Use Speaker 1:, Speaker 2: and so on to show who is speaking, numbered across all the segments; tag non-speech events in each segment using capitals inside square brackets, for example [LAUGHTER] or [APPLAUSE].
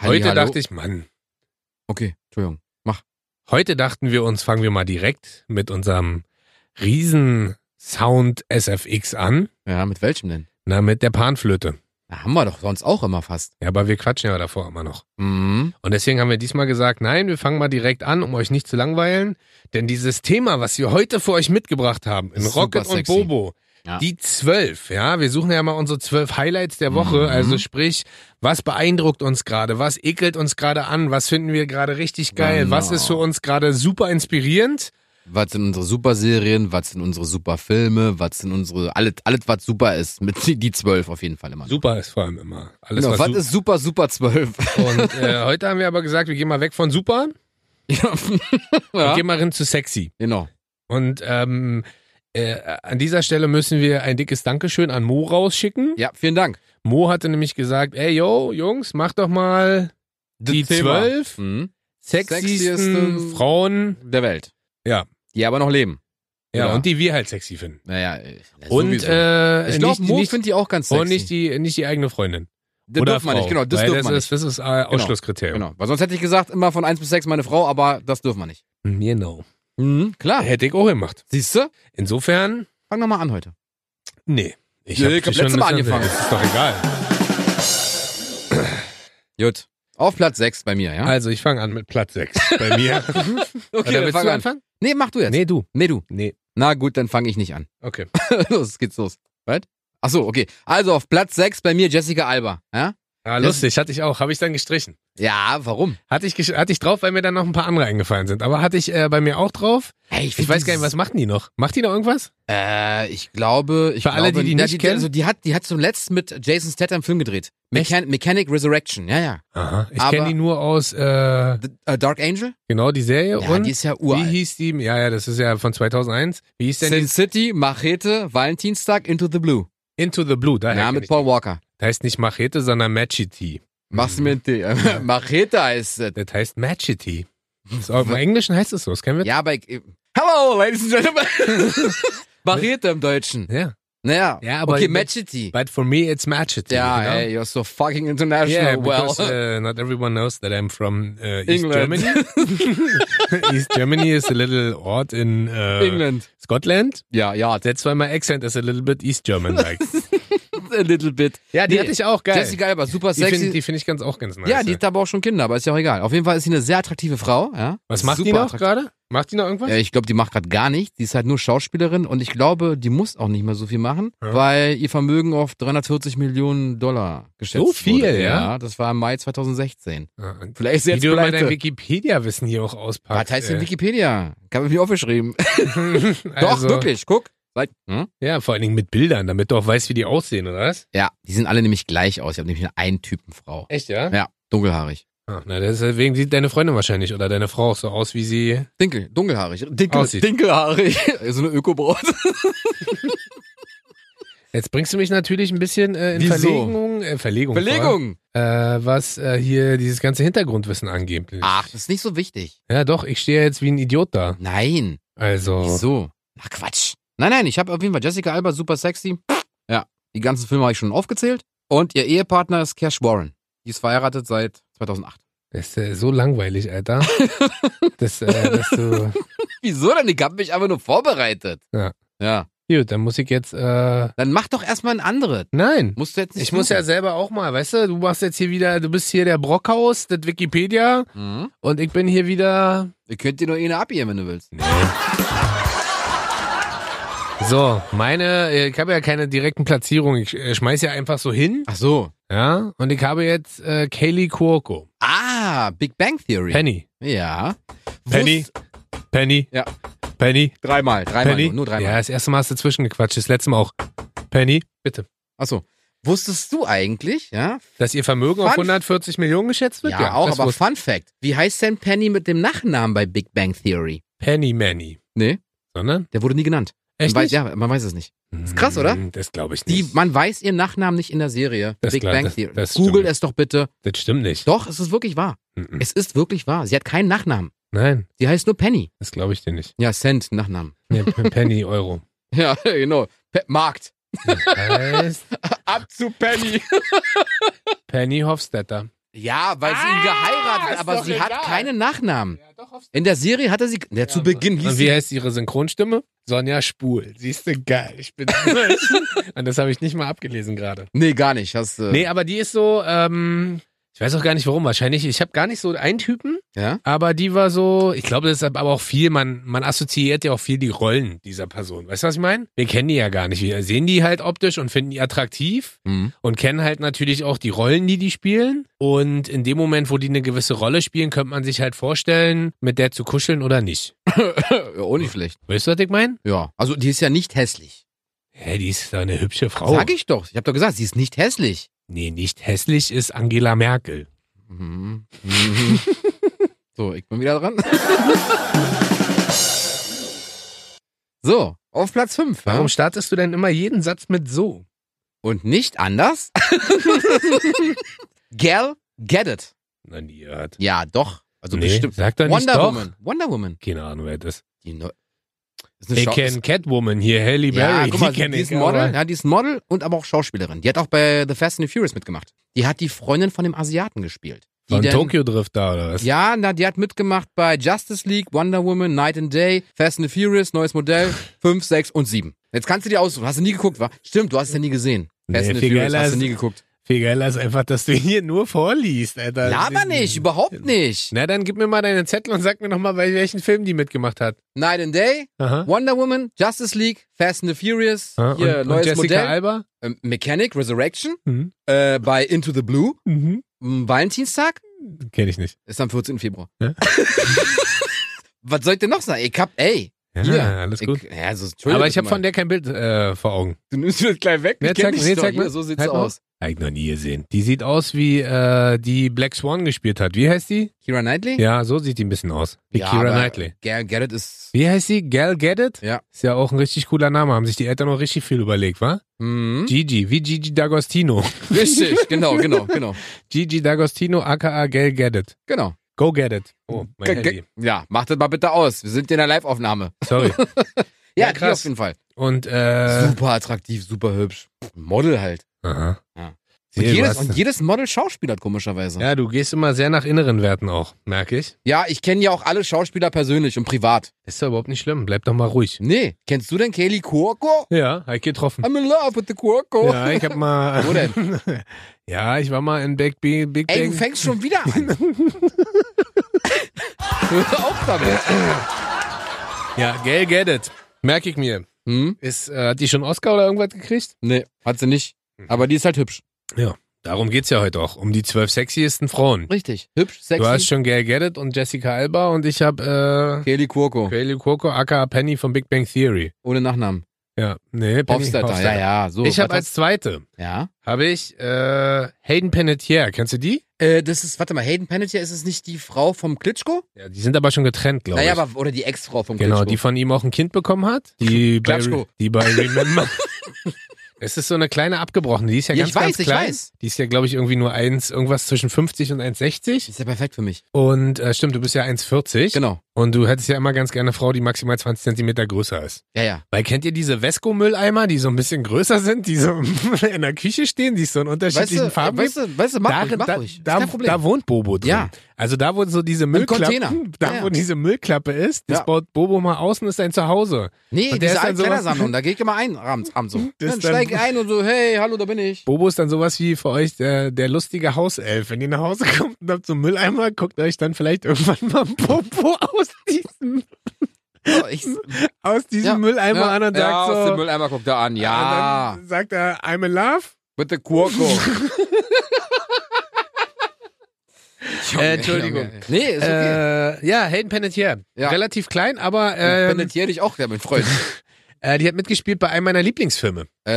Speaker 1: Heute
Speaker 2: hallo?
Speaker 1: dachte ich, Mann,
Speaker 2: Okay, Entschuldigung. Mach.
Speaker 1: heute dachten wir uns, fangen wir mal direkt mit unserem riesen Sound SFX an.
Speaker 2: Ja, mit welchem denn?
Speaker 1: Na, mit der Panflöte.
Speaker 2: Na, haben wir doch sonst auch immer fast.
Speaker 1: Ja, aber wir quatschen ja davor immer noch.
Speaker 2: Mhm.
Speaker 1: Und deswegen haben wir diesmal gesagt, nein, wir fangen mal direkt an, um euch nicht zu langweilen. Denn dieses Thema, was wir heute für euch mitgebracht haben, in
Speaker 2: Super
Speaker 1: Rocket und
Speaker 2: sexy.
Speaker 1: Bobo,
Speaker 2: Ja.
Speaker 1: die zwölf, ja, wir suchen ja mal unsere zwölf Highlights der Woche.
Speaker 2: Mhm.
Speaker 1: Also sprich, was beeindruckt uns gerade, was ekelt uns gerade an, was finden wir gerade richtig geil,
Speaker 2: Genau.
Speaker 1: was ist für uns gerade super inspirierend.
Speaker 2: Was sind unsere Superserien? Was sind unsere Superfilme? Was sind unsere alles, alles was super ist? Mit [LAUGHS] die, die zwölf auf jeden Fall immer.
Speaker 1: Super ist vor allem immer. Alles,
Speaker 2: Genau,
Speaker 1: was
Speaker 2: was
Speaker 1: su-
Speaker 2: ist super super zwölf? [LAUGHS]
Speaker 1: Und äh, heute haben wir aber gesagt, wir gehen mal weg von super
Speaker 2: ja.
Speaker 1: und
Speaker 2: ja.
Speaker 1: gehen mal hin zu sexy.
Speaker 2: Genau.
Speaker 1: Und ähm, äh, an dieser Stelle müssen wir ein dickes Dankeschön an Mo rausschicken.
Speaker 2: Ja, vielen Dank.
Speaker 1: Mo hatte nämlich gesagt, ey yo, Jungs, macht doch mal die
Speaker 2: Das Thema.
Speaker 1: zwölf
Speaker 2: Mhm.
Speaker 1: sexiesten
Speaker 2: Sexiesten-
Speaker 1: Frauen.
Speaker 2: der Welt.
Speaker 1: Ja.
Speaker 2: Die aber noch leben.
Speaker 1: Ja,
Speaker 2: Ja.
Speaker 1: und die wir halt sexy finden.
Speaker 2: Naja, äh,
Speaker 1: Und
Speaker 2: sowieso.
Speaker 1: äh,
Speaker 2: ich glaube,
Speaker 1: nicht,
Speaker 2: Mo
Speaker 1: nicht,
Speaker 2: findet die auch ganz sexy.
Speaker 1: und nicht die, nicht die eigene Freundin.
Speaker 2: das
Speaker 1: Oder
Speaker 2: dürfen wir
Speaker 1: Frau.
Speaker 2: nicht, genau, das
Speaker 1: Weil
Speaker 2: dürfen wir
Speaker 1: das
Speaker 2: nicht.
Speaker 1: ist, Das ist äh, Ausschlusskriterium.
Speaker 2: Genau, weil sonst hätte ich gesagt, immer von 1 bis 6 meine Frau, aber das dürfen wir nicht.
Speaker 1: Genau.
Speaker 2: Mhm, klar.
Speaker 1: Hätte ich auch gemacht.
Speaker 2: Siehst du?
Speaker 1: Insofern,
Speaker 2: Fang nochmal an heute.
Speaker 1: nee. Ich
Speaker 2: Nee,
Speaker 1: hab
Speaker 2: ich hab
Speaker 1: schon
Speaker 2: letztes Mal
Speaker 1: ein bisschen-
Speaker 2: angefangen.
Speaker 1: Das ist doch egal.
Speaker 2: Gut. Auf Platz 6 bei mir, ja?
Speaker 1: Also, ich fange an mit Platz 6 bei
Speaker 2: [LAUGHS]
Speaker 1: mir.
Speaker 2: Ah, okay,
Speaker 1: Oder willst
Speaker 2: fang
Speaker 1: du
Speaker 2: an.
Speaker 1: anfangen?
Speaker 2: Nee, mach du jetzt. Nee,
Speaker 1: Nee, du.
Speaker 2: du.
Speaker 1: Nee.
Speaker 2: Na gut, dann fange ich nicht an. [LAUGHS]
Speaker 1: Okay.
Speaker 2: los geht's los. Was? Ach so, okay. Also auf Platz 6 bei mir Jessica Alba, ja?
Speaker 1: Ja,
Speaker 2: Das-
Speaker 1: Ah, lustig, hatte ich auch. Habe ich dann gestrichen.
Speaker 2: Ja, warum?
Speaker 1: Hatte ich, gesch- hatte ich drauf, weil mir dann noch ein paar andere eingefallen sind. Aber hatte ich äh, bei mir auch drauf.
Speaker 2: Hey,
Speaker 1: Ich weiß gar nicht, was macht die noch? Macht die noch irgendwas?
Speaker 2: Äh, ich glaube, ich
Speaker 1: Für alle,
Speaker 2: glaube,
Speaker 1: die die
Speaker 2: na,
Speaker 1: nicht kennen?
Speaker 2: Also die hat, die hat zum letzten mit Jason Statham einen Film gedreht. Mechan Mechanic Resurrection, ja, ja.
Speaker 1: Aha. Ich
Speaker 2: Aber-
Speaker 1: kenne die nur aus, äh,
Speaker 2: The, äh, Dark Angel?
Speaker 1: genau, die Serie.
Speaker 2: Ja,
Speaker 1: und
Speaker 2: die ist ja
Speaker 1: wie
Speaker 2: uralt.
Speaker 1: hieß die? Ja, ja, das ist ja von 2001. Wie hieß denn
Speaker 2: Sin City, Machete, Valentinstag, Into the Blue.
Speaker 1: die? Into the Blue. Daher
Speaker 2: Ja,
Speaker 1: kenn
Speaker 2: mit
Speaker 1: ich
Speaker 2: Paul Walker.
Speaker 1: die. Das heißt nicht Mhm. Machete, sondern Machete.
Speaker 2: Machst du mir einen Tee? [LAUGHS] Machete heißt es.
Speaker 1: Das heißt Machete. Das- Im Englischen heißt es so, das kennen wir.
Speaker 2: Ja, aber ich, Hello, ladies and
Speaker 1: [LAUGHS]
Speaker 2: gentlemen. Machete im Deutschen.
Speaker 1: Ja.
Speaker 2: Naja.
Speaker 1: Ja, aber-
Speaker 2: okay, Machete.
Speaker 1: But for me, it's Machete.
Speaker 2: Ja,
Speaker 1: you know?
Speaker 2: hey, you're so fucking international.
Speaker 1: Yeah, because
Speaker 2: well,
Speaker 1: uh, not everyone knows that I'm from uh, East
Speaker 2: England.
Speaker 1: Germany. [LAUGHS]
Speaker 2: [LAUGHS]
Speaker 1: East Germany is a little Ort in uh,
Speaker 2: England.
Speaker 1: Scotland.
Speaker 2: Ja, ja,
Speaker 1: That's why my accent is a little bit
Speaker 2: [LAUGHS]
Speaker 1: East German like.
Speaker 2: a little bit.
Speaker 1: ja, die
Speaker 2: Nee,
Speaker 1: hatte ich auch geil.
Speaker 2: Jessica Alba, super
Speaker 1: die finde
Speaker 2: sexy.
Speaker 1: die find ich ganz auch ganz nice.
Speaker 2: Ja, die hat aber auch schon Kinder, aber ist ja auch egal. Auf jeden Fall ist sie eine sehr attraktive Frau. Ja?
Speaker 1: Was macht die
Speaker 2: Super
Speaker 1: noch
Speaker 2: attraktiv.
Speaker 1: gerade? Macht die noch irgendwas?
Speaker 2: Ja, Äh, ich glaube, die macht gerade gar nichts. Die ist halt nur Schauspielerin und ich glaube, die muss auch nicht mehr so viel machen,
Speaker 1: Ja.
Speaker 2: weil ihr Vermögen auf 340 Millionen Dollar geschätzt
Speaker 1: So viel,
Speaker 2: wurde.
Speaker 1: ja?
Speaker 2: Das war im Mai 2016.
Speaker 1: Ja, und
Speaker 2: Vielleicht ist sie
Speaker 1: Wie
Speaker 2: jetzt
Speaker 1: Ah, du immer dein
Speaker 2: pleite.
Speaker 1: Wikipedia-Wissen hier auch auspackt.
Speaker 2: Was heißt denn
Speaker 1: äh,
Speaker 2: Wikipedia? Ich habe mir aufgeschrieben. [LAUGHS]
Speaker 1: [LAUGHS] also,
Speaker 2: Doch, wirklich, guck. Seit- Hm?
Speaker 1: Ja, vor allen Dingen mit Bildern, damit du auch weißt, wie die aussehen, oder was?
Speaker 2: Ja, die sehen alle nämlich gleich aus. Ich habe nämlich nur einen Typen Frau.
Speaker 1: Echt, ja?
Speaker 2: Ja, dunkelhaarig.
Speaker 1: Ah, na, deswegen sieht deine Freundin wahrscheinlich oder deine Frau auch so aus, wie sie
Speaker 2: Dinkel, dunkelhaarig. Dinkel,
Speaker 1: Aussieht.
Speaker 2: dinkelhaarig. [LAUGHS] so eine Ökobraut.
Speaker 1: Jetzt bringst du mich natürlich ein bisschen äh, in
Speaker 2: Wieso?
Speaker 1: Verlegung, äh, Verlegung, vor allem,
Speaker 2: Belegung.
Speaker 1: äh, was äh, hier dieses ganze Hintergrundwissen angeht.
Speaker 2: Ach, das ist nicht so wichtig.
Speaker 1: Ja, doch, ich stehe jetzt wie ein Idiot da.
Speaker 2: Nein. Äh.
Speaker 1: Also,
Speaker 2: Wieso? Na Quatsch. Nein, nein, ich habe auf jeden Fall Jessica Alba, super sexy. Ja, die ganzen Filme habe ich schon aufgezählt. Und ihr Ehepartner ist Cash Warren. Die ist verheiratet seit 2008.
Speaker 1: das ist äh, so langweilig, Alter. das, äh, dass du,
Speaker 2: [LAUGHS] Wieso denn? Ich habe mich aber nur vorbereitet.
Speaker 1: Ja.
Speaker 2: Ja.
Speaker 1: gut, dann muss ich jetzt, äh,
Speaker 2: Dann mach doch erstmal ein anderes.
Speaker 1: nein.
Speaker 2: Musst du jetzt nicht.
Speaker 1: Ich muss ja
Speaker 2: suchen.
Speaker 1: selber auch mal, weißt du, du machst jetzt hier wieder, du bist hier der Brockhaus, das Wikipedia
Speaker 2: Mhm.
Speaker 1: und ich bin hier wieder.
Speaker 2: Ihr könnt dir nur eine abgeben, wenn du willst.
Speaker 1: So, meine, äh, ich habe ja keine direkten Platzierungen, ich äh, schmeiß ja einfach so hin.
Speaker 2: Ach so.
Speaker 1: Ja, und ich habe jetzt äh, Kaylee Cuoco.
Speaker 2: Ah, Big Bang Theory.
Speaker 1: Penny.
Speaker 2: Ja.
Speaker 1: Penny.
Speaker 2: Wusst-
Speaker 1: Penny.
Speaker 2: Ja.
Speaker 1: Penny.
Speaker 2: Dreimal, dreimal,
Speaker 1: Penny.
Speaker 2: nur, nur dreimal.
Speaker 1: Ja, das erste Mal hast du zwischengequatscht, das letzte Mal auch. Penny, bitte.
Speaker 2: Achso. Wusstest du eigentlich, ja?
Speaker 1: Dass ihr Vermögen auf
Speaker 2: Fun-
Speaker 1: 140 Millionen geschätzt wird?
Speaker 2: Ja, auch,
Speaker 1: das
Speaker 2: aber
Speaker 1: wusste-
Speaker 2: Fun Fact. Wie heißt denn Penny mit dem Nachnamen bei Big Bang Theory?
Speaker 1: Penny Manny.
Speaker 2: Nee.
Speaker 1: Sondern?
Speaker 2: Der wurde nie genannt.
Speaker 1: Echt?
Speaker 2: man Weiß,
Speaker 1: nicht?
Speaker 2: ja, man weiß es nicht. Ist krass, oder?
Speaker 1: Hm, Das glaube ich
Speaker 2: Die,
Speaker 1: nicht.
Speaker 2: man weiß ihren Nachnamen nicht in der Serie.
Speaker 1: Das
Speaker 2: Big
Speaker 1: klar,
Speaker 2: Bang
Speaker 1: das-
Speaker 2: Theory.
Speaker 1: das
Speaker 2: Google
Speaker 1: stimmt.
Speaker 2: es doch bitte.
Speaker 1: das stimmt nicht.
Speaker 2: Doch, es ist wirklich wahr.
Speaker 1: Mhm.
Speaker 2: Es ist wirklich wahr. Sie hat keinen Nachnamen.
Speaker 1: Nein,
Speaker 2: Sie heißt nur Penny.
Speaker 1: das glaube ich dir nicht.
Speaker 2: Ja, Cent, Nachnamen. [LAUGHS]
Speaker 1: Nee, P- Penny Euro.
Speaker 2: Ja, genau. Pe Markt.
Speaker 1: Das heißt
Speaker 2: Ab zu Penny.
Speaker 1: Penny Hofstetter.
Speaker 2: Ja, weil sie ihn
Speaker 1: Ah,
Speaker 2: geheiratet,
Speaker 1: ist
Speaker 2: aber
Speaker 1: doch
Speaker 2: sie
Speaker 1: egal.
Speaker 2: hat keinen Nachnamen.
Speaker 1: Ja, doch,
Speaker 2: In der Serie hatte sie. Ja, zu Beginn hieß
Speaker 1: Und wie
Speaker 2: sie.
Speaker 1: heißt ihre Synchronstimme? Sonja Spul. Siehst du, geil. Ich
Speaker 2: [LAUGHS]
Speaker 1: bin. Und das habe ich nicht mal abgelesen gerade.
Speaker 2: Nee, gar nicht. Hast, äh,
Speaker 1: Nee, aber die ist so, ähm, ich weiß auch gar nicht warum. Wahrscheinlich, ich habe gar nicht so einen Typen,
Speaker 2: Ja?
Speaker 1: aber die war so, ich glaube, das ist aber auch viel, man, man assoziiert ja auch viel die Rollen dieser Person. Weißt du, was ich meine? Wir kennen die ja gar nicht. Wir sehen die halt optisch und finden die attraktiv
Speaker 2: Mhm.
Speaker 1: und kennen halt natürlich auch die Rollen, die die spielen. Und in dem Moment, wo die eine gewisse Rolle spielen, könnte man sich halt vorstellen, mit der zu kuscheln oder nicht.
Speaker 2: [LAUGHS] ja, auch nicht schlecht.
Speaker 1: Weißt du, was ich meine?
Speaker 2: Ja. Also, die ist ja nicht hässlich.
Speaker 1: Hä, die ist doch eine hübsche Frau.
Speaker 2: Sag ich doch. Ich habe doch gesagt, sie ist nicht hässlich.
Speaker 1: Nee, nicht hässlich ist Angela Merkel.
Speaker 2: Mhm. Mhm. so, ich bin wieder dran. so, auf Platz 5.
Speaker 1: Warum
Speaker 2: Ja?
Speaker 1: startest du denn immer jeden Satz mit so?
Speaker 2: Und nicht anders. [LAUGHS] Gal Gadot.
Speaker 1: Na, nie gehört.
Speaker 2: Ja, doch. Also
Speaker 1: nee,
Speaker 2: bestimmt.
Speaker 1: sag doch nicht
Speaker 2: Wonder
Speaker 1: doch.
Speaker 2: Woman. Wonder Woman.
Speaker 1: Keine Ahnung, wer das ist.
Speaker 2: Die neu- ist
Speaker 1: Ich
Speaker 2: Schau-
Speaker 1: kenne Catwoman hier, Halle
Speaker 2: ja,
Speaker 1: Berry.
Speaker 2: guck mal,
Speaker 1: die kenne
Speaker 2: die ist
Speaker 1: ich.
Speaker 2: ein Model, ne?
Speaker 1: aber-
Speaker 2: ja, die ist ein Model und aber auch Schauspielerin. Die hat auch bei The Fast and the Furious mitgemacht. Die hat die Freundin von dem Asiaten gespielt. Die
Speaker 1: Von
Speaker 2: dann-
Speaker 1: Tokyo Drift da, oder was?
Speaker 2: Ja, na, die hat mitgemacht bei Justice League, Wonder Woman, Night and Day, Fast and the Furious, neues
Speaker 1: [LAUGHS]
Speaker 2: Modell, 5, 6 und 7. Jetzt kannst du dir aussuchen. Hast du nie geguckt, wa? Stimmt, du hast es ja nie gesehen. Fast
Speaker 1: Nee,
Speaker 2: and the
Speaker 1: viel
Speaker 2: Furious
Speaker 1: geiler
Speaker 2: hast du
Speaker 1: ist-
Speaker 2: nie geguckt.
Speaker 1: Viel geiler ist einfach, dass du hier nur vorliest, Alter.
Speaker 2: Laber nicht, überhaupt nicht.
Speaker 1: Na, dann gib mir mal deinen Zettel und sag mir nochmal, bei welchen Film die mitgemacht hat.
Speaker 2: Night and Day,
Speaker 1: Aha.
Speaker 2: Wonder Woman, Justice League, Fast and the Furious,
Speaker 1: Ah,
Speaker 2: hier,
Speaker 1: und, und
Speaker 2: neues
Speaker 1: Jessica
Speaker 2: Modell,
Speaker 1: Alba?
Speaker 2: ähm, Mechanic, Resurrection,
Speaker 1: Mhm.
Speaker 2: äh, bei Into the Blue,
Speaker 1: Mhm.
Speaker 2: m, Valentinstag,
Speaker 1: Kenne ich nicht.
Speaker 2: ist am 14. Februar.
Speaker 1: Ja.
Speaker 2: [LAUGHS] Was soll ich denn noch sagen? Ich hab, ey,
Speaker 1: Ja,
Speaker 2: hier.
Speaker 1: alles
Speaker 2: ich,
Speaker 1: gut.
Speaker 2: Ja, also, entschuldige
Speaker 1: Aber ich habe
Speaker 2: mal.
Speaker 1: von der kein Bild äh, vor Augen.
Speaker 2: Du nimmst mir das gleich weg.
Speaker 1: Ja,
Speaker 2: ich kenn
Speaker 1: zeig-
Speaker 2: dich
Speaker 1: nee,
Speaker 2: doch.
Speaker 1: zeig mal.
Speaker 2: Hier, so sieht's
Speaker 1: Halt mal.
Speaker 2: aus.
Speaker 1: Hab ich noch nie gesehen. Die sieht aus wie äh, die Black Swan gespielt hat. Wie heißt die?
Speaker 2: Kira Knightley?
Speaker 1: Ja, so sieht die ein bisschen aus. Wie
Speaker 2: Hm. Ja,
Speaker 1: Kira
Speaker 2: aber
Speaker 1: Knightley.
Speaker 2: Gal Gadot ist.
Speaker 1: Wie heißt sie? Gal Gadot?
Speaker 2: Ja.
Speaker 1: Ist ja auch ein richtig cooler Name. Haben sich die Eltern noch richtig viel überlegt, wa?
Speaker 2: Hm?
Speaker 1: Gigi, wie Gigi [LAUGHS] D'Agostino.
Speaker 2: Richtig, genau, genau, genau.
Speaker 1: Gigi D'Agostino aka Gal Gadot.
Speaker 2: Genau.
Speaker 1: Go get it. Oh, mein
Speaker 2: Ge- ge-
Speaker 1: Handy.
Speaker 2: Ja, mach das mal bitte aus. Wir sind in der Live-Aufnahme.
Speaker 1: [LAUGHS] Sorry.
Speaker 2: Ja,
Speaker 1: Ja,
Speaker 2: die
Speaker 1: krass.
Speaker 2: auf jeden Fall.
Speaker 1: Und, äh...
Speaker 2: Super attraktiv, super hübsch. Model halt.
Speaker 1: Aha.
Speaker 2: Ja. Und,
Speaker 1: Sehe, du
Speaker 2: jedes,
Speaker 1: hast-
Speaker 2: und jedes Model schauspielert komischerweise. Ja,
Speaker 1: ja, du gehst immer sehr nach inneren Werten auch, merke ich.
Speaker 2: ich kenne ja auch alle Schauspieler persönlich und privat.
Speaker 1: Ist doch überhaupt nicht schlimm. Bleib doch mal ruhig.
Speaker 2: Nee, kennst du denn Kaylee Cuoco?
Speaker 1: Ja, hab ich getroffen.
Speaker 2: I'm in love with the Cuoco.
Speaker 1: Ja, ich hab [LAUGHS] mal...
Speaker 2: Wo
Speaker 1: denn? ja, ich war mal in Big, Big, Big
Speaker 2: Ey, du
Speaker 1: Bang...
Speaker 2: fängst schon wieder
Speaker 1: [LAUGHS]
Speaker 2: an. [LAUGHS] Hör auf damit.
Speaker 1: ja, Gal Gadot. Merke ich mir.
Speaker 2: Hm?
Speaker 1: Ist, äh, hat die schon Oscar oder irgendwas gekriegt?
Speaker 2: Nee, hat sie nicht.
Speaker 1: Mhm.
Speaker 2: Aber die ist halt hübsch.
Speaker 1: Darum geht's ja heute auch. Um die zwölf sexiesten Frauen.
Speaker 2: Richtig. Hübsch, sexy.
Speaker 1: Du hast schon Gail Gadot und Jessica Alba und ich habe
Speaker 2: Kelly Cuoco.
Speaker 1: äh, Kaylee Cuoco aka Penny von Big Bang Theory.
Speaker 2: Ohne Nachnamen.
Speaker 1: Ja, nee, Penny
Speaker 2: Hofstadter.
Speaker 1: Hofstadter.
Speaker 2: Ja, ja. So,
Speaker 1: Ich habe
Speaker 2: was
Speaker 1: als zweite
Speaker 2: hast- Ja.
Speaker 1: habe ich äh, Hayden Panettiere. Kennst du die?
Speaker 2: Äh, das ist, warte mal, Hayden Panettiere, ist es nicht die Frau vom Klitschko?
Speaker 1: Ja, die sind aber schon getrennt, glaube
Speaker 2: Naja,
Speaker 1: ich.
Speaker 2: aber, oder die Ex-Frau vom
Speaker 1: genau, die
Speaker 2: Klitschko.
Speaker 1: von ihm auch ein Kind bekommen hat.
Speaker 2: [LAUGHS]
Speaker 1: Die bei,
Speaker 2: Klatschko.
Speaker 1: die bei
Speaker 2: [LAUGHS]
Speaker 1: Remember. Es ist so eine kleine abgebrochene, die ist ja
Speaker 2: Ja,
Speaker 1: ganz,
Speaker 2: ich weiß,
Speaker 1: ganz
Speaker 2: ich
Speaker 1: klein.
Speaker 2: weiß.
Speaker 1: Die ist ja, glaube ich, irgendwie nur eins, irgendwas zwischen 50 und
Speaker 2: Die
Speaker 1: 1,60.
Speaker 2: ist ja perfekt für mich.
Speaker 1: Und äh, stimmt, du bist ja 1,40.
Speaker 2: Genau.
Speaker 1: Und du hättest ja immer ganz gerne eine Frau, die maximal 20 Zentimeter größer ist.
Speaker 2: Ja, ja.
Speaker 1: Weil kennt ihr diese Vesco-Mülleimer, die so ein bisschen größer sind, die so [LAUGHS] in der Küche stehen, die es so in
Speaker 2: Weißt
Speaker 1: unterschiedlichen
Speaker 2: du,
Speaker 1: Farben
Speaker 2: weißt du, weißt du, mach
Speaker 1: Darin-
Speaker 2: ruhig, mach
Speaker 1: da,
Speaker 2: ruhig.
Speaker 1: Da,
Speaker 2: ist kein Problem.
Speaker 1: da wohnt Bobo drin.
Speaker 2: Ja.
Speaker 1: Also da, wo so diese Müllklappe,
Speaker 2: Container.
Speaker 1: da
Speaker 2: Ja, ja.
Speaker 1: wo diese Müllklappe ist, das
Speaker 2: Ja.
Speaker 1: baut Bobo mal außen, ist sein Zuhause.
Speaker 2: nee,
Speaker 1: und der
Speaker 2: diese
Speaker 1: ist dann sowas-
Speaker 2: Altkleidersammlung, da geh ich immer ein, abends, abends
Speaker 1: [LAUGHS]
Speaker 2: so.
Speaker 1: Das
Speaker 2: Dann
Speaker 1: dann-
Speaker 2: steig ich ein und so, hey, hallo, da bin
Speaker 1: [LAUGHS]
Speaker 2: ich.
Speaker 1: Bobo ist dann sowas wie für euch der, der lustige Hauself. Wenn ihr nach Hause [LAUGHS] kommt und habt so einen Mülleimer, guckt euch dann vielleicht irgendwann mal Bobo [LAUGHS] aus diesem,
Speaker 2: Oh, ich,
Speaker 1: aus diesem
Speaker 2: Ja.
Speaker 1: Mülleimer
Speaker 2: ja,
Speaker 1: an und
Speaker 2: ja,
Speaker 1: sagt
Speaker 2: aus
Speaker 1: so.
Speaker 2: dem Mülleimer guckt er an, ja.
Speaker 1: Und dann sagt er, I'm in love.
Speaker 2: Bitte
Speaker 1: [LAUGHS]
Speaker 2: Cuoco. Junge,
Speaker 1: Äh, Entschuldigung.
Speaker 2: Junge. Nee, ist okay.
Speaker 1: Äh, ja, Hayden Panettiere.
Speaker 2: Ja.
Speaker 1: Relativ klein, aber
Speaker 2: Äh,
Speaker 1: ähm,
Speaker 2: Benediere dich auch, ja, mein
Speaker 1: [LAUGHS]
Speaker 2: Freund.
Speaker 1: äh, die hat mitgespielt bei einem meiner Lieblingsfilme.
Speaker 2: äh,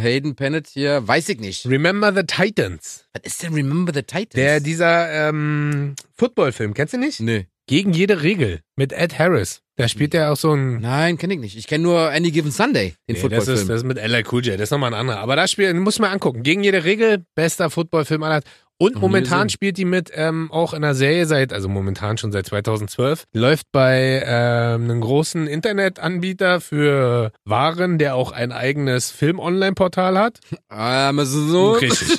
Speaker 2: Hayden Panettiere, weiß ich nicht.
Speaker 1: Remember the Titans.
Speaker 2: Was ist denn Remember the Titans?
Speaker 1: Der, dieser ähm, Footballfilm, kennst du nicht?
Speaker 2: nee.
Speaker 1: Gegen jede Regel mit Ed Harris. Da
Speaker 2: Hm.
Speaker 1: spielt er auch so ein.
Speaker 2: Nein, kenne ich nicht. Ich kenne nur Any Given Sunday, den
Speaker 1: das, ist,
Speaker 2: Footballfilm.
Speaker 1: das ist mit LL Cool J, das ist nochmal ein anderer. Aber das Spiel, muss man angucken. Gegen jede Regel, bester Footballfilm aller. Und
Speaker 2: Noch nie
Speaker 1: momentan
Speaker 2: gesehen.
Speaker 1: spielt die mit ähm, auch in einer Serie seit, also momentan schon seit 2012, läuft bei ähm, einem großen Internetanbieter für Waren, der auch ein eigenes Film-Online-Portal hat. [LAUGHS]
Speaker 2: Amazon.
Speaker 1: Richtig.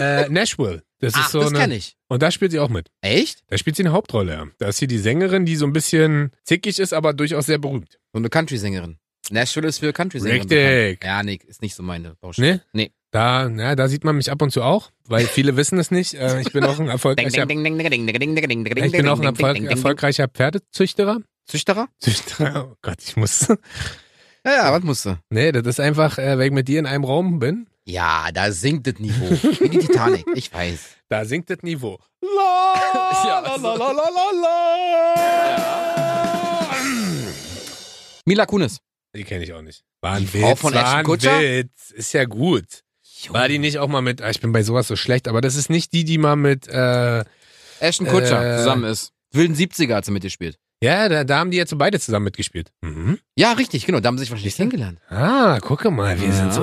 Speaker 1: äh, Nashville. Das
Speaker 2: Oh. Ach,
Speaker 1: ist so
Speaker 2: das
Speaker 1: eine,
Speaker 2: kenne ich.
Speaker 1: Und da spielt sie auch mit.
Speaker 2: Echt?
Speaker 1: Da spielt sie eine Hauptrolle, ja. Da ist sie die Sängerin, die so ein bisschen zickig ist, aber durchaus sehr berühmt.
Speaker 2: So eine Country-Sängerin. Nashville ist für Country-Sängerin.
Speaker 1: Richtig.
Speaker 2: bekannt. Ja, nee, ist nicht so meine Baustelle.
Speaker 1: Ne?
Speaker 2: Nee.
Speaker 1: Da, na, da sieht man mich ab und zu auch, weil
Speaker 2: [LAUGHS]
Speaker 1: viele wissen es nicht. Äh, ich bin auch ein erfolgreicher, ich bin auch ein erfolg, erfolgreicher Pferdezüchterer.
Speaker 2: Züchterer?
Speaker 1: Züchterer, oh Gott, ich muss. [LAUGHS]
Speaker 2: Ja, ja, was musst du?
Speaker 1: Nee, das ist einfach, äh, weil ich mit dir in einem Raum bin,
Speaker 2: Ja, da sinkt das Niveau. Wie die Titanic, ich weiß.
Speaker 1: da sinkt das Niveau.
Speaker 2: [LAUGHS] Ja,
Speaker 1: La, la,
Speaker 2: also-
Speaker 1: la, la, la, la.
Speaker 2: Mila Kunis.
Speaker 1: Die kenne ich auch nicht. War ein
Speaker 2: Die Frau
Speaker 1: Witz,
Speaker 2: von
Speaker 1: war
Speaker 2: Ashton
Speaker 1: ein
Speaker 2: Kutcher?
Speaker 1: Witz. Ist ja gut. War die nicht auch mal mit, ah, ich bin bei sowas so schlecht, aber das ist nicht die, die mal mit, äh,
Speaker 2: Ashton Kutscher
Speaker 1: Äh.
Speaker 2: zusammen ist. Wilden 70er hat sie mitgespielt.
Speaker 1: ja, da, da haben die jetzt so beide zusammen mitgespielt. Mhm.
Speaker 2: Ja, richtig, genau. Da haben sie sich wahrscheinlich
Speaker 1: [LAUGHS]
Speaker 2: kennengelernt.
Speaker 1: Ah, gucke mal, wir
Speaker 2: Ja.
Speaker 1: sind so